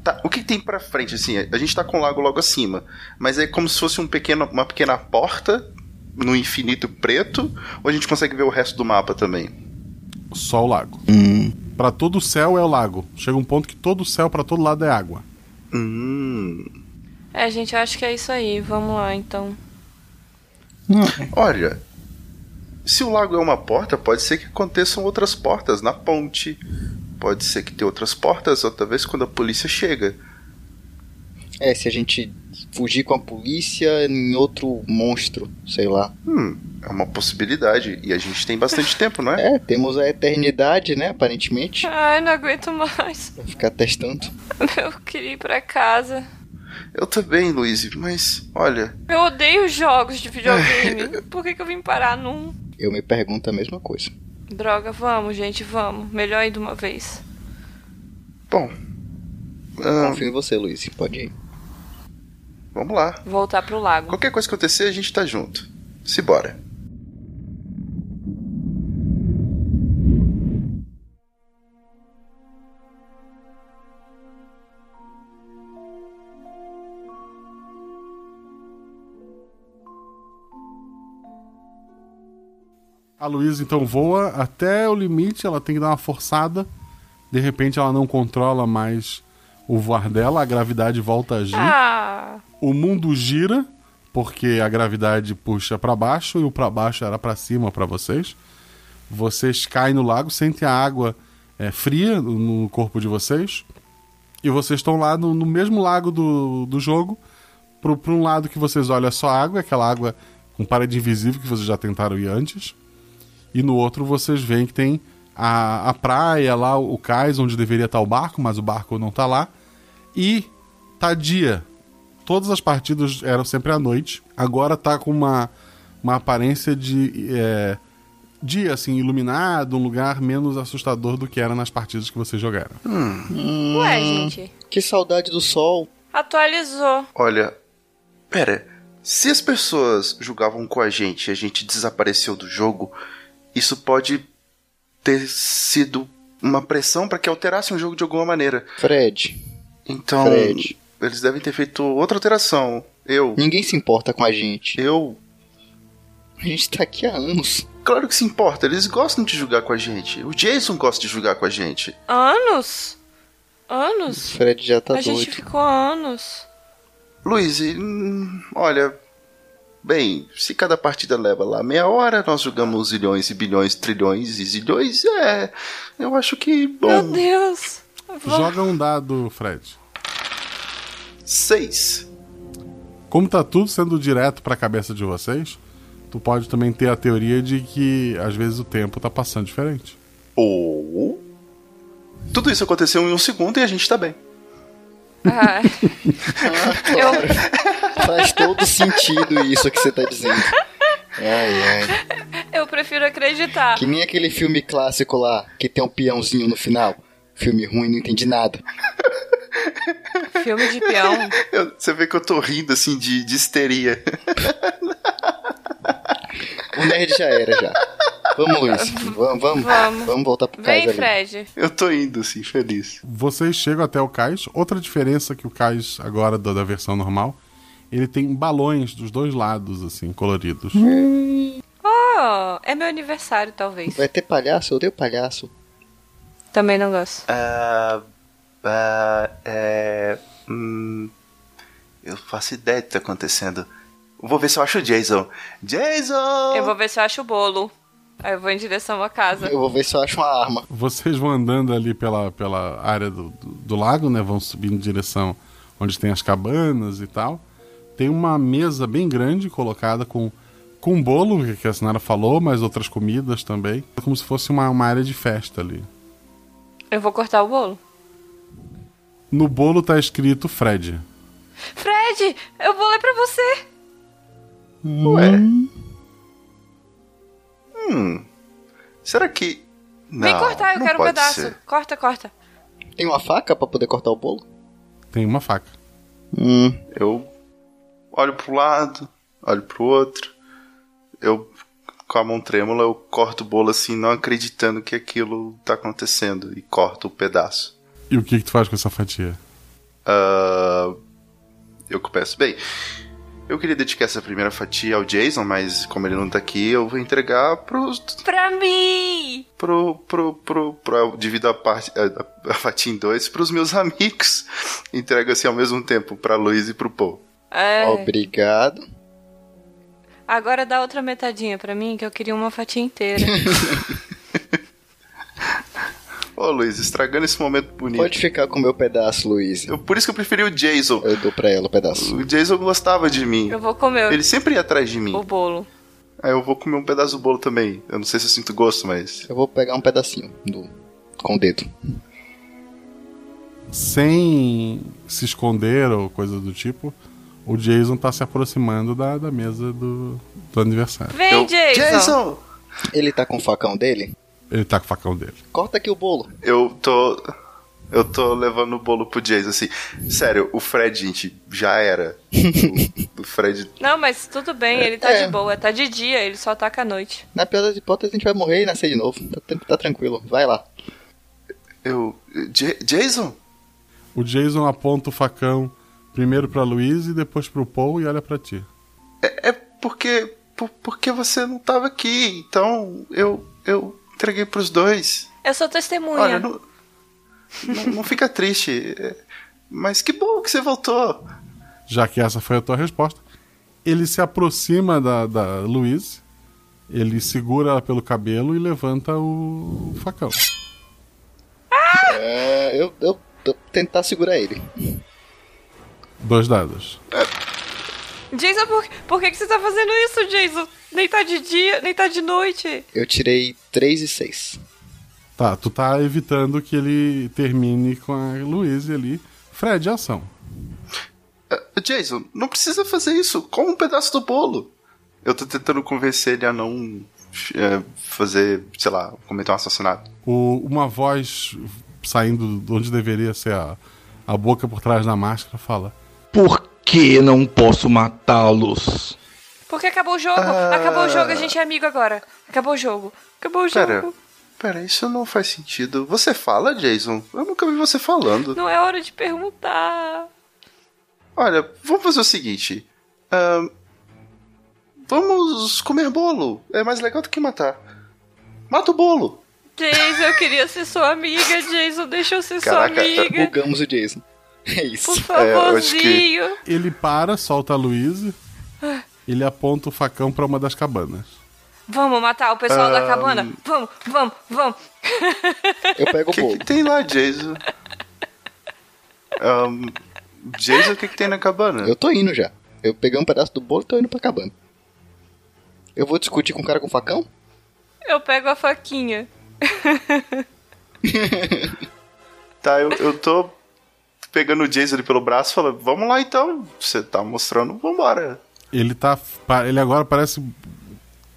Tá, o que tem pra frente, assim? A gente tá com o lago logo acima, mas é como se fosse um pequeno, uma pequena porta no infinito preto, ou a gente consegue ver o resto do mapa também?
Só o lago. Pra todo o céu é o lago. Chega um ponto que todo o céu pra todo lado é água.
Hum.
É, gente, eu acho que é isso aí. Vamos lá, então.
Olha, se o lago é uma porta, pode ser que aconteçam outras portas na ponte. Pode ser que tenha outras portas, outra vez quando a polícia chega.
É, se a gente fugir com a polícia em outro monstro, sei lá.
Hum, é uma possibilidade. E a gente tem bastante tempo, não é?
É, temos a eternidade, né? Aparentemente.
Ai, não aguento mais.
Vou Ficar testando.
Eu queria ir pra casa.
Eu também, Luiz, mas olha,
Eu odeio jogos de videogame. Por que, que eu vim parar num?
Eu me pergunto a mesma coisa.
Droga, vamos, gente, vamos. Melhor ir de uma vez.
Bom. ah,
Confio em você, Luiz. Pode ir.
hum, vamos lá.
Voltar pro lago.
Qualquer coisa que acontecer, a gente tá junto. Simbora.
A Luísa então voa até o limite, ela tem que dar uma forçada. De repente ela não controla mais o voar dela, a gravidade volta a agir.
Ah!
O mundo gira porque a gravidade puxa pra baixo e o pra baixo era pra cima pra vocês. Vocês caem no lago, sentem a água é, fria no- no corpo de vocês e vocês estão lá no, no mesmo lago do, do jogo. Pro, pro um lado que vocês olham é só água, aquela água com parede invisível que vocês já tentaram ir antes. E no outro vocês veem que tem a, a praia lá, o cais onde deveria estar o barco, mas o barco não tá lá. E tá dia. Todas as partidas eram sempre à noite. Agora tá com uma, uma aparência de é, dia, assim, iluminado, um lugar menos assustador do que era nas partidas que vocês jogaram.
Hum.
Ué, gente.
Que saudade do sol.
Atualizou.
Olha, pera. Se as pessoas jogavam com a gente e a gente desapareceu do jogo, isso pode ter sido uma pressão para que alterasse um jogo de alguma maneira.
Fred.
Então,
Fred.
eles devem ter feito outra alteração. Eu.
Ninguém se importa com a gente.
Eu.
A gente tá aqui há anos.
Claro que se importa, eles gostam de jogar com a gente. O Jason gosta de jogar com a gente.
Anos? Anos?
Fred já tá
a
doido.
gente ficou anos.
Luiz, e, hum, olha. Bem, se cada partida leva lá meia hora, nós jogamos zilhões e bilhões, trilhões e zilhões, é. Eu acho que.
Meu
Bom.
Deus. Vou-
Joga um dado, Fred.
Seis.
Como tá tudo sendo direto pra cabeça de vocês, tu pode também ter a teoria de que às vezes o tempo tá passando diferente.
Ou. Tudo isso aconteceu em um segundo e a gente tá bem.
Ah,
Faz todo sentido isso que você tá dizendo. Ai, ai.
eu prefiro acreditar.
Que nem aquele filme clássico lá, que tem um peãozinho no final. Filme ruim, não entendi nada.
Filme de peão.
Eu- você vê que eu tô rindo assim de, de histeria.
O nerd já era, já. Vamos, Luiz. Vamos, vamos.
Vamos.
Vamos, voltar pro
Vem,
cais ali.
Fred.
Eu tô indo assim, feliz.
Vocês chegam até o cais. Outra diferença que o cais agora da, da versão normal, ele tem balões dos dois lados, assim, coloridos.
Oh, é meu aniversário, talvez.
Vai ter palhaço? Eu odeio palhaço.
Também não gosto.
Ah, ah, é, hum, eu faço ideia do que tá acontecendo. Vou ver se eu acho o Jason. Jason!
Eu vou ver se eu acho o bolo. Aí eu vou em direção à casa.
Eu vou ver se eu acho uma arma.
Vocês vão andando ali pela, pela área do, do, do lago, né? Vão subindo em direção onde tem as cabanas e tal. Tem uma mesa bem grande colocada com, com bolo, que a Sinara falou, mas outras comidas também. É como se fosse uma, uma área de festa ali.
Eu vou cortar o bolo.
No bolo tá escrito Fred.
Fred, eu vou ler pra você.
Ué. Hum. Será que. Não,
Vem cortar, eu
não
quero um
pode
pedaço.
ser.
Corta, corta.
Tem uma faca pra poder cortar o bolo?
Tem uma faca.
Hum.
Eu olho pro lado, olho pro outro. Eu, com a mão trêmula, eu corto o bolo assim, não acreditando que aquilo tá acontecendo. E corto o pedaço.
E o que, que tu faz com essa fatia?
Ah, eu que peço. Bem, eu queria dedicar essa primeira fatia ao Jason, mas como ele não tá aqui, eu vou entregar pro.
Pra mim!
pro. pro. pro. pro eu divido a, parte, a, a fatia em dois pros meus amigos. Entrego assim ao mesmo tempo pra Luiz e pro Paul.
É,
Obrigado.
agora dá outra metadinha pra mim, que eu queria uma fatia inteira.
Ô Luiz, estragando esse momento bonito.
Pode ficar com o meu pedaço, Luiz.
Eu- por isso que eu preferi o Jason.
Eu dou pra ela o pedaço.
O Jason gostava de mim.
eu vou comer
Ele sempre ia atrás de mim.
o bolo.
Aí eu vou comer um pedaço do bolo também. Eu não sei se eu sinto gosto, mas.
Eu vou pegar um pedacinho do... com o dedo.
Sem se esconder ou coisa do tipo, o Jason tá se aproximando da, da mesa do, do aniversário.
Vem, Jason!
Ele tá com o facão dele?
Ele tá com o facão dele.
Corta aqui o bolo.
Eu tô. Eu tô levando o bolo pro Jason, assim. Sério, o Fred, gente, já era. O, o Fred.
Não, mas tudo bem, ele tá
É.
de boa, tá de dia, ele só ataca à noite.
Na pior das hipóteses, a gente vai morrer e nascer de novo. Tá, tá- tá tranquilo. Vai lá.
Eu. Ja- Jason?
O Jason aponta o facão primeiro pra Luiz e depois pro Paul e olha pra ti.
É, é porque. Por, porque você não tava aqui, então eu. Eu entreguei pros dois.
Eu sou testemunha.
Olha, não, não, não fica triste. é, Mas que bom que você voltou.
Já que essa foi a tua resposta, ele se aproxima da, da Luiz, ele segura ela pelo cabelo e levanta o facão.
É, eu, eu, eu tentar segurar ele.
Dois dados.
Jason, por, por que, que você tá fazendo isso, Jason? Nem tá de dia, nem tá de noite.
Eu tirei 3 e 6.
Tá, tu tá evitando que ele termine com a Luiz ali. Fred, ação.
Uh, Jason, não precisa fazer isso. Come um pedaço do bolo. Eu tô tentando convencer ele a não eh, fazer, sei lá, cometer um assassinato.
O- uma voz saindo de onde deveria ser a, a boca por trás da máscara fala:
Por que não posso matá-los?
Porque acabou o jogo.
Ah.
Acabou o jogo, a gente é amigo agora. Acabou o jogo. Acabou o jogo.
Pera, pera, isso não faz sentido. Você fala, Jason? Eu nunca vi você falando.
Não é hora de perguntar.
Olha, vamos fazer o seguinte. ahn, vamos comer bolo. É mais legal do que matar. Mata o bolo.
Jason, eu queria ser sua amiga, Jason. Deixa eu ser sua amiga.
Bugamos o Jason. É isso.
Por favorzinho.
Ele para, solta a Luísa,
Ah,
ele aponta o facão pra uma das cabanas.
Vamos matar o pessoal da
Ahn.
cabana. Vamos, vamos, vamos.
Eu pego o bolo.
O que tem lá, Jason? Ahn, Jason, o que, que tem na cabana?
Eu tô indo já. Eu peguei um pedaço do bolo e tô indo pra cabana. Eu vou discutir com o cara com facão?
Eu pego a faquinha.
Tá, eu, eu tô pegando o Jason ali pelo braço e falando, vamos lá então. Você tá mostrando, vambora.
Ele tá. pa- Ele agora parece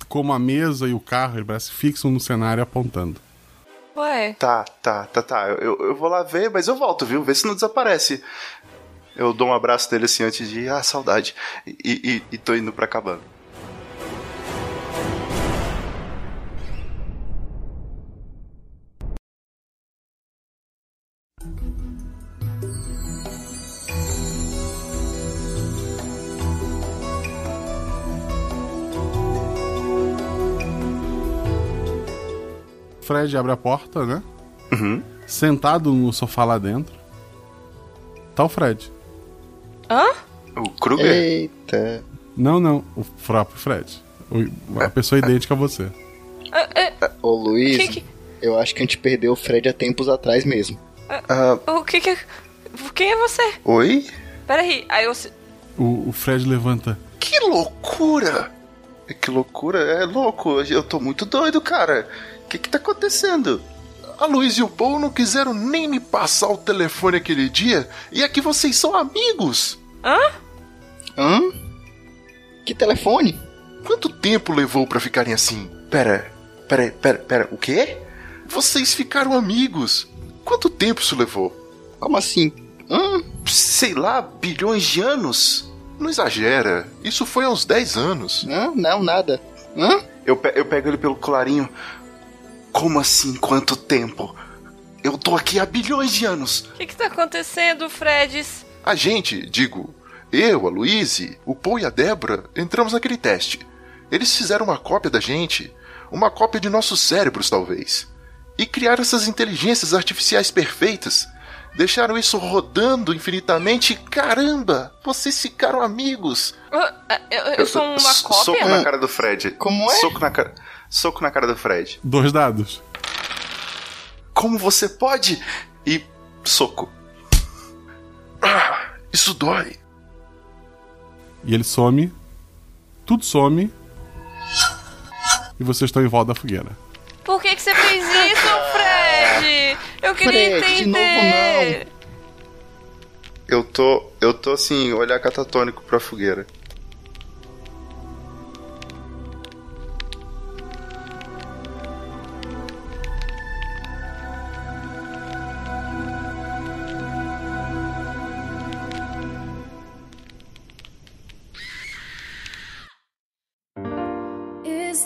como a mesa e o carro, ele parece fixo no cenário apontando.
Ué,
Tá, tá, tá, tá. Eu- Eu, eu vou lá ver, mas eu volto, viu? Vê se não desaparece. Eu dou um abraço dele assim antes de ir. Ah, saudade. E, e, e tô indo pra cabana.
Fred abre a porta, né? Sentado no sofá lá dentro. Tá o Fred.
Hã?
O Kruger?
Eita.
Não, não. O próprio Fred. O- a pessoa idêntica a você.
Ô Luiz,
ah, Que-
eu acho que a gente perdeu o Fred há tempos atrás mesmo.
o que que... Quem é você?
Ah, Oi?
Peraí, aí eu... se-
O, o Fred levanta.
Que loucura! Que loucura, é louco. Eu tô muito doido, cara. O que que tá acontecendo? A Luiz e o Paul não quiseram nem me passar o telefone aquele dia. E aqui vocês são amigos.
Hã?
Hã? Que telefone?
Quanto tempo levou pra ficarem assim? Pera, pera, pera, pera, o quê? Vocês ficaram amigos. Quanto tempo isso levou?
Como assim? Hã?
Sei lá, bilhões de anos? Não exagera. Isso foi há uns 10 anos.
Hã? Não, nada. Hã?
Eu, pe- eu pego ele pelo colarinho. Como assim quanto tempo? Eu tô aqui há bilhões de anos.
O que que tá acontecendo, Freds?
A gente, digo, eu, a Luíse, o Paul e a Débora, entramos naquele teste. Eles fizeram uma cópia da gente, uma cópia de nossos cérebros, talvez. E criaram essas inteligências artificiais perfeitas. Deixaram isso rodando infinitamente. Caramba, vocês ficaram amigos.
Ah, ah, Eu, eu sou uma
S-
cópia?
Soco na cara do Fred.
Como é?
Soco na cara, soco na cara do Fred.
Dois dados.
Como você pode? E soco. Ah, isso dói.
E ele some. Tudo some. E vocês estão em volta da fogueira.
Por que que você fez isso, Fred? Eu queria
Fred, de
entender.
Eu tô. Eu tô assim, olhar catatônico pra fogueira.
Is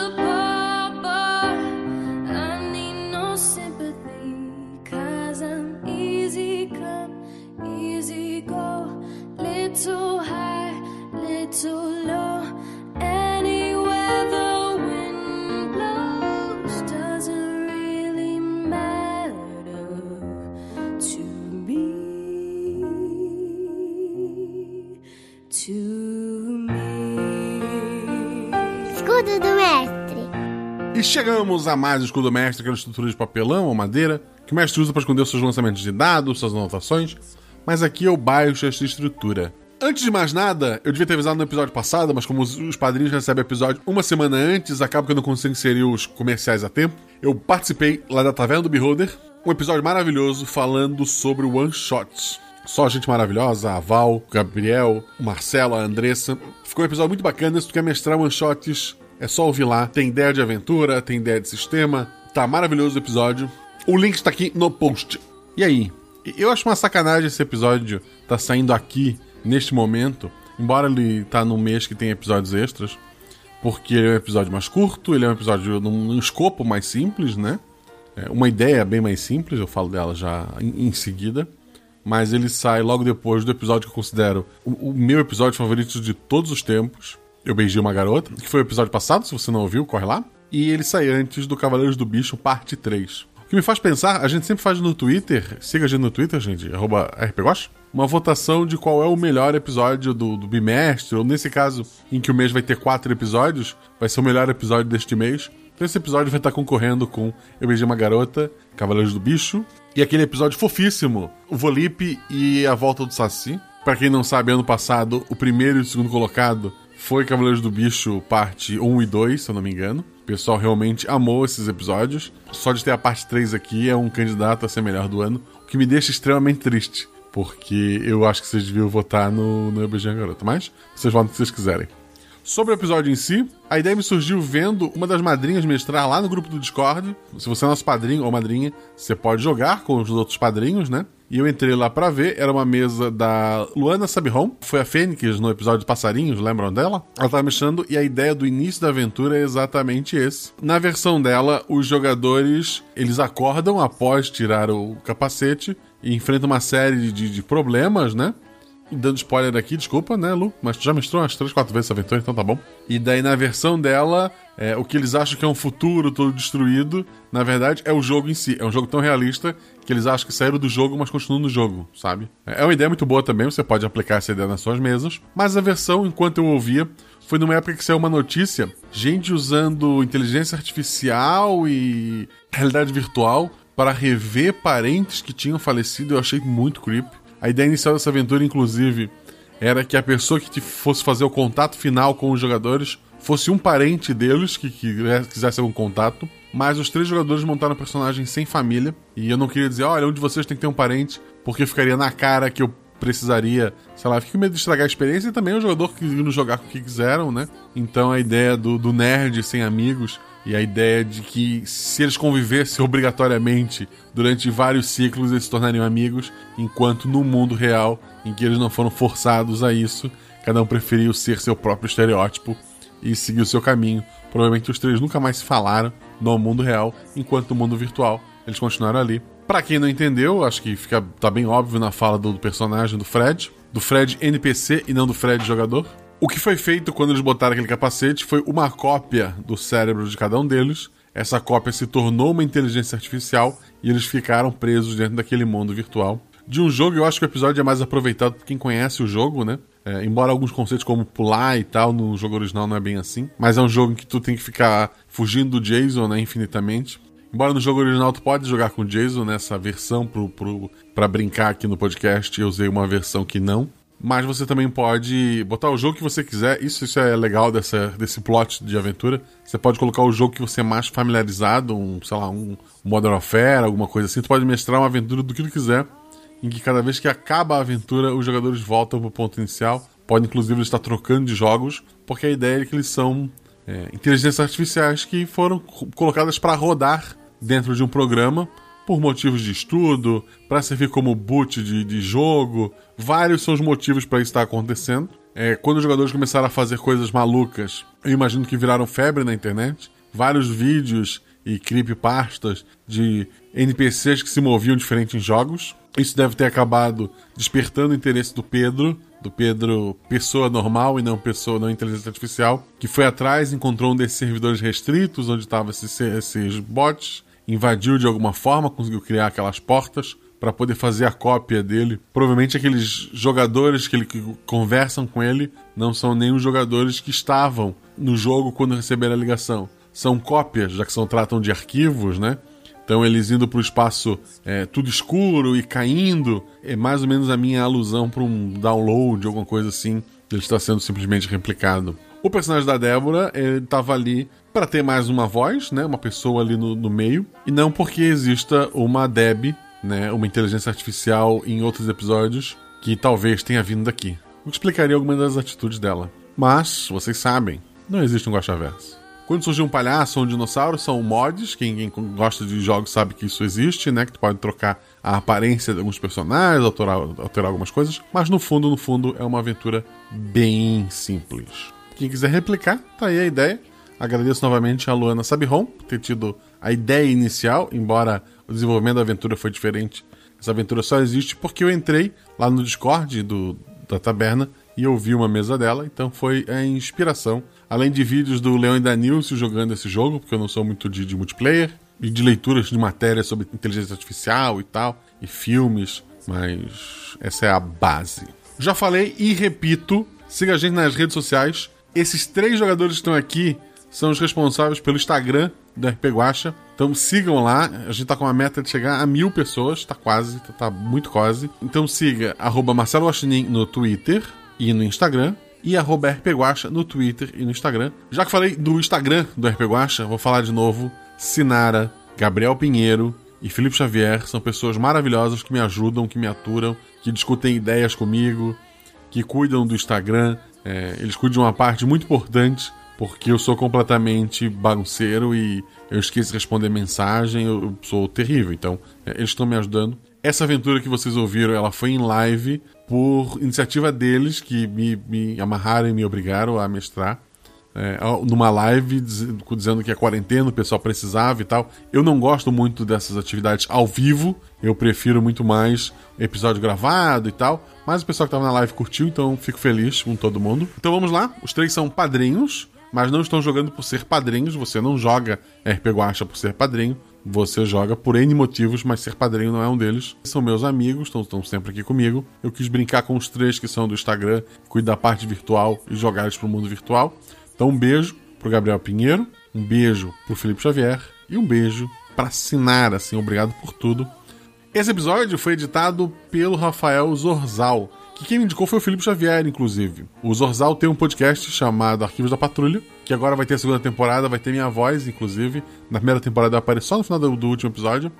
pauper. I need no sympathy. Cause I'm easy come, easy go. Little high, little low. Anywhere the wind blows doesn't really matter to me.
escudo do mestre.
E chegamos a mais o escudo mestre, que é uma estrutura de papelão ou madeira, que o mestre usa para esconder seus lançamentos de dados, suas anotações, mas aqui eu baixo esta estrutura. Antes de mais nada, eu devia ter avisado no episódio passado, mas como os- os padrinhos recebem o episódio uma semana antes, acaba que eu não consigo inserir os comerciais a tempo. Eu participei lá da Taverna do Beholder, um episódio maravilhoso falando sobre one shots. Só gente maravilhosa, a Val, o Gabriel, o Marcelo, a Andressa. Ficou um episódio muito bacana, se tu quer mestrar one shots, é só ouvir lá. Tem ideia de aventura, tem ideia de sistema. Tá maravilhoso o episódio. O link está aqui no post. E aí? Eu acho uma sacanagem esse episódio tá saindo aqui, neste momento. Embora ele tá num mês que tem episódios extras. Porque ele é um episódio mais curto, ele é um episódio num, num escopo mais simples, né? É, uma ideia bem mais simples, eu falo dela já em, em seguida. Mas ele sai logo depois do episódio que eu considero o, o meu episódio favorito de todos os tempos. Eu beijei uma garota, que foi o episódio passado, se você não ouviu, corre lá. E ele sai antes do Cavaleiros do Bicho, parte 3. O que me faz pensar, a gente sempre faz no Twitter, siga a gente no Twitter, gente, arroba RPGosh, uma votação de qual é o melhor episódio do, do bimestre, ou nesse caso, em que o mês vai ter quatro episódios, vai ser o melhor episódio deste mês. Então esse episódio vai estar concorrendo com Eu Beijei Uma Garota, Cavaleiros do Bicho, e aquele episódio fofíssimo, o Volipe e a Volta do Saci. Pra quem não sabe, ano passado, o primeiro e o segundo colocado foi Cavaleiros do Bicho, parte 1 e 2, se eu não me engano. O pessoal realmente amou esses episódios. Só de ter a parte 3 aqui é um candidato a ser melhor do ano, o que me deixa extremamente triste. Porque eu acho que vocês deviam votar no, no Eu Beijei a Garota. Mas vocês votam o que vocês quiserem. Sobre o episódio em si, a ideia me surgiu vendo uma das madrinhas mestrar lá no grupo do Discord. Se você é nosso padrinho ou madrinha, você pode jogar com os outros padrinhos, né? E eu entrei lá pra ver, era uma mesa da Luana Sabiron, foi a Fênix no episódio de Passarinhos, lembram dela? Ela tava mexendo e a ideia do início da aventura é exatamente esse. Na versão dela, os jogadores, eles acordam após tirar o capacete e enfrentam uma série de- de problemas, né? Dando spoiler aqui, desculpa, né, Lu? Mas tu já mestrou umas 3, 4 vezes essa aventura, então tá bom. E daí, na versão dela, é, o que eles acham que é um futuro todo destruído, na verdade, é o jogo em si. É um jogo tão realista que eles acham que saíram do jogo, mas continuam no jogo, sabe? É uma ideia muito boa também, você pode aplicar essa ideia nas suas mesas. Mas a versão, enquanto eu ouvia, foi numa época que saiu uma notícia: gente usando inteligência artificial e realidade virtual para rever parentes que tinham falecido. Eu achei muito creepy. A ideia inicial dessa aventura, inclusive, era que a pessoa que te fosse fazer o contato final com os jogadores fosse um parente deles que quisesse quisesse algum contato. Mas os três jogadores montaram personagens sem família. E eu não queria dizer, olha, um de vocês tem que ter um parente, porque ficaria na cara que eu precisaria, sei lá, fiquei com medo de estragar a experiência e também o jogador que não jogar com o que quiseram, né? Então a ideia do, do nerd sem amigos e a ideia de que se eles convivessem obrigatoriamente durante vários ciclos eles se tornariam amigos, enquanto no mundo real, em que eles não foram forçados a isso, cada um preferiu ser seu próprio estereótipo e seguir o seu caminho. Provavelmente os três nunca mais se falaram no mundo real, enquanto no mundo virtual eles continuaram ali. Pra quem não entendeu, acho que fica, tá bem óbvio na fala do, do personagem do Fred, do Fred NPC e não do Fred jogador. O que foi feito quando eles botaram aquele capacete foi uma cópia do cérebro de cada um deles. Essa cópia se tornou uma inteligência artificial e eles ficaram presos dentro daquele mundo virtual de um jogo, eu acho que o episódio é mais aproveitado por quem conhece o jogo, né? É, embora alguns conceitos como pular e tal no jogo original não é bem assim, mas é um jogo em que tu tem que ficar fugindo do Jason, né, infinitamente. Embora no jogo original tu pode jogar com o Jason nessa versão pro, pro, pra brincar aqui no podcast, eu usei uma versão que não. Mas você também pode botar o jogo que você quiser. Isso, isso é legal dessa, desse plot de aventura. Você pode colocar o jogo que você é mais familiarizado, um, sei lá, um Modern Warfare, alguma coisa assim. Tu pode mestrar uma aventura do que tu quiser em que cada vez que acaba a aventura, os jogadores voltam para o ponto inicial. Pode inclusive estar trocando de jogos, porque a ideia é que eles são é, inteligências artificiais que foram co- colocadas para rodar dentro de um programa por motivos de estudo, para servir como boot de, de jogo. Vários são os motivos para isso estar acontecendo. É, quando os jogadores começaram a fazer coisas malucas, eu imagino que viraram febre na internet. Vários vídeos e creepypastas de NPCs que se moviam diferente em jogos. Isso deve ter acabado despertando o interesse do Pedro, do Pedro pessoa normal e não pessoa não inteligência artificial, que foi atrás, encontrou um desses servidores restritos onde estavam esses, esses bots, invadiu de alguma forma, conseguiu criar aquelas portas para poder fazer a cópia dele. Provavelmente aqueles jogadores que, ele, que conversam com ele não são nem os jogadores que estavam no jogo quando receberam a ligação. São cópias, já que são tratam de arquivos, né? Então eles indo para o espaço é, tudo escuro e caindo. É mais ou menos a minha alusão para um download, alguma coisa assim. Ele está sendo simplesmente replicado. O personagem da Débora estava ali para ter mais uma voz, né? Uma pessoa ali no, no, meio. E não porque exista uma Deb, né? Uma inteligência artificial em outros episódios que talvez tenha vindo daqui. O que explicaria algumas das atitudes dela. Mas, vocês sabem, não existe um Guaxaverso. Quando surgiu um palhaço ou um dinossauro, são mods. Quem, quem, gosta de jogos sabe que isso existe, né? Que tu pode trocar a aparência de alguns personagens, alterar, alterar algumas coisas. Mas no fundo, no fundo, é uma aventura bem simples. Quem quiser replicar, tá aí a ideia. Agradeço novamente a Luana Sabiron por ter tido a ideia inicial, embora o desenvolvimento da aventura foi diferente. Essa aventura só existe porque eu entrei lá no Discord do, da taberna e eu vi uma mesa dela, então foi a inspiração. Além de vídeos do Leão e da Nilce jogando esse jogo, porque eu não sou muito de, de multiplayer, e de leituras de matérias sobre inteligência artificial e tal, e filmes, mas essa é a base. Já falei e repito, siga a gente nas redes sociais. Esses três jogadores que estão aqui são os responsáveis pelo Instagram do RP Guacha. Então sigam lá, a gente tá com uma meta de chegar a mil pessoas, tá quase, tá, tá muito quase. Então siga arroba Marcelo Guaxinim no Twitter, e no Instagram. E arroba RPGuacha no Twitter e no Instagram. Já que falei do Instagram do RPGuacha, vou falar de novo. Sinara, Gabriel Pinheiro e Felipe Xavier são pessoas maravilhosas que me ajudam, que me aturam, que discutem ideias comigo, que cuidam do Instagram. É, eles cuidam de uma parte muito importante, porque eu sou completamente bagunceiro e eu esqueço de responder mensagem, eu, eu sou terrível. Então, é, eles estão me ajudando. Essa aventura que vocês ouviram, ela foi em live por iniciativa deles que me, me amarraram e me obrigaram a mestrar. É, numa live dizendo, dizendo que a quarentena o pessoal precisava e tal. Eu não gosto muito dessas atividades ao vivo, eu prefiro muito mais episódio gravado e tal. Mas o pessoal que estava na live curtiu, então fico feliz com todo mundo. Então vamos lá, os três são padrinhos, mas não estão jogando por ser padrinhos, você não joga RP Guacha por ser padrinho você joga por N motivos, mas ser padrinho não é um deles. São meus amigos, estão sempre aqui comigo. Eu quis brincar com os três que são do Instagram, cuidar da parte virtual e jogar eles pro mundo virtual. Então um beijo pro Gabriel Pinheiro, um beijo pro Felipe Xavier e um beijo pra Sinara, assim, obrigado por tudo. Esse episódio foi editado pelo Rafael Zorzal, que quem me indicou foi o Felipe Xavier, inclusive. O Zorzal tem um podcast chamado Arquivos da Patrulha, que agora vai ter a segunda temporada, vai ter minha voz, inclusive. Na primeira temporada eu apareço só no final do, do último episódio.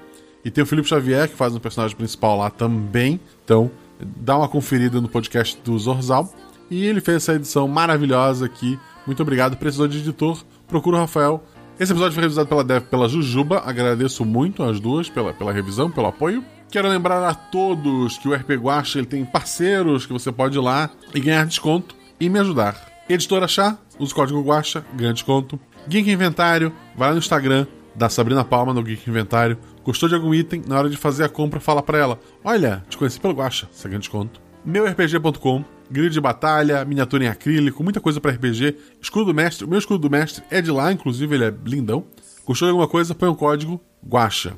E tem o Felipe Xavier, que faz um personagem principal lá também. Então, dá uma conferida no podcast do Zorzal. E ele fez essa edição maravilhosa aqui. Muito obrigado, precisou de editor. Procura o Rafael. Esse episódio foi revisado pela Dev, pela Jujuba. Agradeço muito as duas pela, pela revisão, pelo apoio. Quero lembrar a todos que o RP Guacha ele tem parceiros que você pode ir lá e ganhar desconto e me ajudar. Editora Chá, usa o código Guacha, ganha desconto. Geek Inventário, vai lá no Instagram da Sabrina Palma no Geek Inventário. Gostou de algum item? Na hora de fazer a compra, fala para ela: Olha, te conheci pelo Guacha, você ganha desconto. MeuRPG.com, grid de batalha, miniatura em acrílico, muita coisa para RPG. Escudo do Mestre, o meu escudo do Mestre é de lá, inclusive ele é lindão. Gostou de alguma coisa? Põe o código Guacha.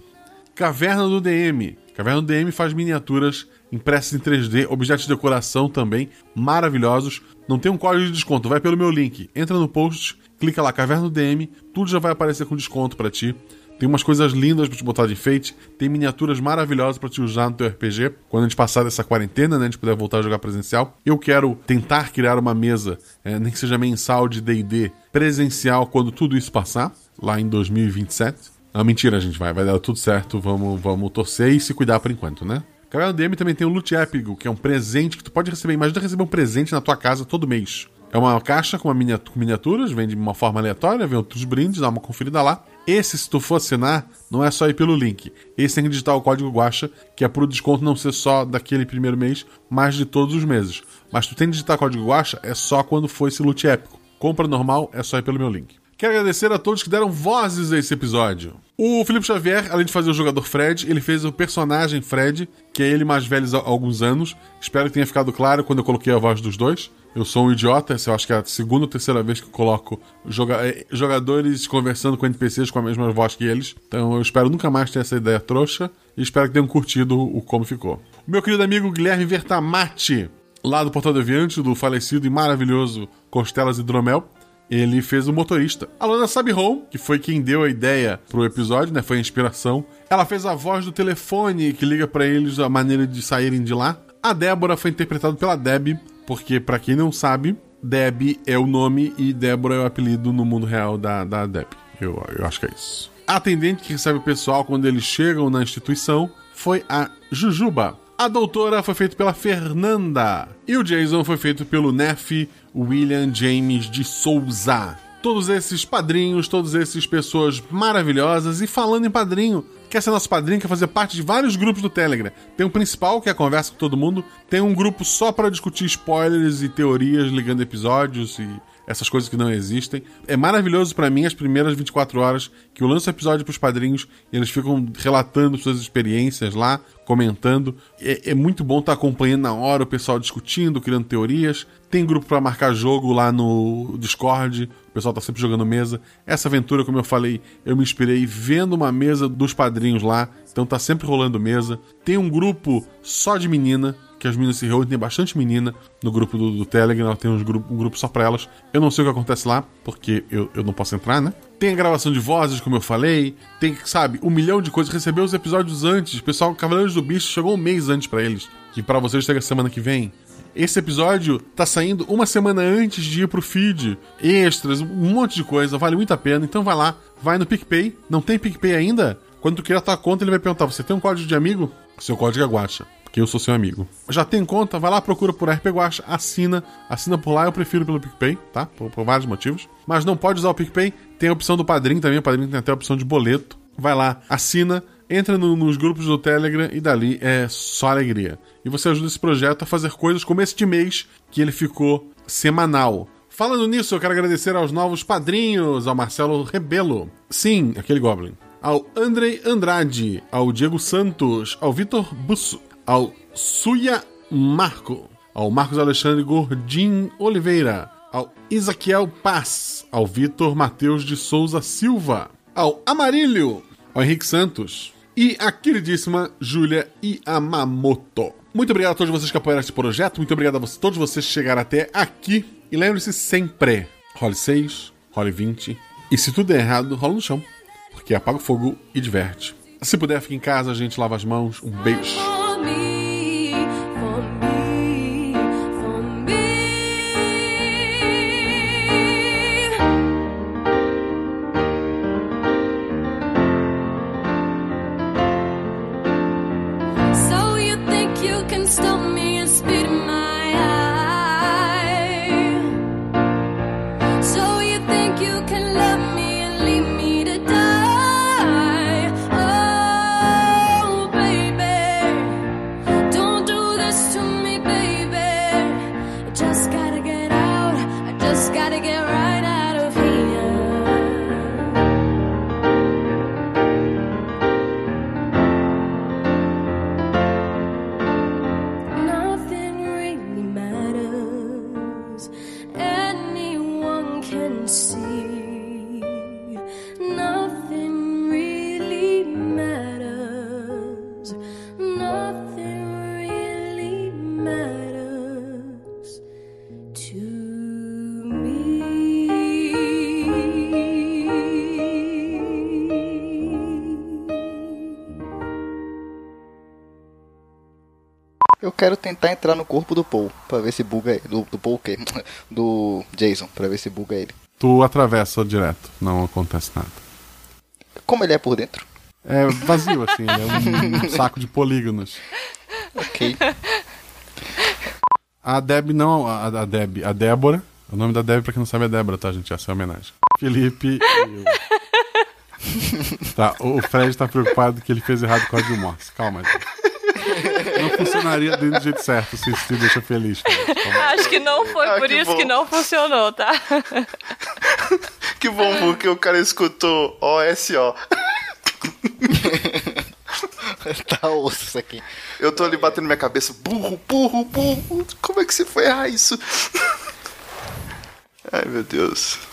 Caverna do DM, Caverna do DM faz miniaturas impressas em 3D, objetos de decoração também, maravilhosos. Não tem um código de desconto, vai pelo meu link. Entra no post, clica lá, Caverna do DM, tudo já vai aparecer com desconto para ti. Tem umas coisas lindas pra te botar de enfeite, tem miniaturas maravilhosas para te usar no teu RPG. Quando a gente passar dessa quarentena, né, a gente puder voltar a jogar presencial. Eu quero tentar criar uma mesa, é, nem que seja mensal de D&D, presencial quando tudo isso passar, lá em 2027. Ah, mentira, gente, vai, vai dar tudo certo. Vamos, vamos torcer e se cuidar por enquanto, né? Caverna DM também tem o Loot Épico, que é um presente que tu pode receber. Imagina receber um presente na tua casa todo mês. É uma caixa com, uma miniatura, com miniaturas, vem de uma forma aleatória, vem outros brindes, dá uma conferida lá. Esse, se tu for assinar, não é só ir pelo link. Esse tem que digitar o código guacha, que é pro desconto não ser só daquele primeiro mês, mas de todos os meses. Mas tu tem que digitar código guacha, é só quando for esse loot épico. Compra normal, é só ir pelo meu link. Quero agradecer a todos que deram vozes a esse episódio. O Felipe Xavier, além de fazer o jogador Fred, ele fez o personagem Fred, que é ele mais velho há alguns anos. Espero que tenha ficado claro quando eu coloquei a voz dos dois. Eu sou um idiota, essa eu acho que é a segunda ou terceira vez que eu coloco joga eh, jogadores conversando com NPCs com a mesma voz que eles. Então eu espero nunca mais ter essa ideia trouxa. e espero que tenham curtido o como ficou. O meu querido amigo Guilherme Vertamati, lá do Portal Deviante, do falecido e maravilhoso Costelas Hidromel, ele fez o motorista. A Lana Sabihon, que foi quem deu a ideia pro episódio, né? Foi a inspiração. Ela fez a voz do telefone que liga para eles a maneira de saírem de lá. A Débora foi interpretada pela Deb, porque para quem não sabe, Deb é o nome e Débora é o apelido no mundo real da, da Deb. Eu, eu acho que é isso. A atendente que recebe o pessoal quando eles chegam na instituição foi a Jujuba. A doutora foi feita pela Fernanda. E o Jason foi feito pelo Neff William James de Souza. Todos esses padrinhos, todas essas pessoas maravilhosas. E falando em padrinho, quer ser nosso padrinho, quer fazer parte de vários grupos do Telegram. Tem um principal, que é a conversa com todo mundo. Tem um grupo só para discutir spoilers e teorias ligando episódios e essas coisas que não existem. É maravilhoso para mim as primeiras 24 horas que eu lanço episódio pros padrinhos e eles ficam relatando suas experiências lá, comentando. É, é muito bom estar tá acompanhando na hora o pessoal discutindo, criando teorias. Tem grupo para marcar jogo lá no Discord. O pessoal tá sempre jogando mesa. Essa aventura, como eu falei, eu me inspirei vendo uma mesa dos padrinhos lá. Então tá sempre rolando mesa. Tem um grupo só de menina que as meninas se reúnem, tem bastante menina no grupo do, do Telegram, tem uns grupo, um grupo só pra elas. Eu não sei o que acontece lá, porque eu, eu não posso entrar, né? Tem a gravação de vozes, como eu falei, tem, sabe, um milhão de coisas. Recebeu os episódios antes, pessoal, Cavaleiros do Bicho chegou um mês antes para eles, que para vocês chega semana que vem. Esse episódio tá saindo uma semana antes de ir pro feed. Extras, um monte de coisa, vale muito a pena. Então vai lá, vai no PicPay. Não tem PicPay ainda? Quando tu criar tua conta, ele vai perguntar: você tem um código de amigo? Seu código é guacha que eu sou seu amigo. Já tem conta? Vai lá, procura por RP Guacha, assina. Assina por lá, eu prefiro pelo PicPay, tá? Por, por, vários motivos. Mas não pode usar o PicPay, tem a opção do padrinho também, o padrinho tem até a opção de boleto. Vai lá, assina, entra no, nos grupos do Telegram e dali é só alegria. E você ajuda esse projeto a fazer coisas como este mês, que ele ficou semanal. Falando nisso, eu quero agradecer aos novos padrinhos, ao Marcelo Rebelo. Sim, aquele Goblin. Ao Andrei Andrade, ao Diego Santos, ao Vitor Busso, ao Suya Marco, ao Marcos Alexandre Gordim Oliveira, ao Isaquiel Paz, ao Vitor Matheus de Souza Silva, ao Amarílio, ao Henrique Santos e à queridíssima Júlia Yamamoto. Muito obrigado a todos vocês que apoiaram este projeto, muito obrigado a você, todos vocês que chegaram até aqui. E lembre-se sempre: role 6, role 20, e se tudo der errado, rola no chão, porque apaga o fogo e diverte. Se puder, fique em casa, a gente lava as mãos. Um beijo.
Oh, quero tentar entrar no corpo do Paul para ver se buga ele. Do, do Paul o quê? Do Jason, para ver se buga ele.
Tu atravessa direto, não acontece nada.
Como ele é por dentro?
É vazio, assim, ele é um saco de polígonos.
Ok.
A Deb não. A, a Deb, a Débora. O nome da Deb, pra quem não sabe, é Débora, tá, gente? Essa é a homenagem. Felipe. Eu... tá, o Fred tá preocupado que ele fez errado com a de Morse. Calma, gente não funcionaria do jeito certo se isso te deixa feliz. Cara.
Acho que não foi ah, por que isso bom. que não funcionou, tá?
que
Ah.
bom, porque o cara escutou OSO.
tá osso isso aqui.
Eu tô ali batendo minha cabeça, burro, burro, burro. Como é que você foi errar isso? Ai, meu Deus.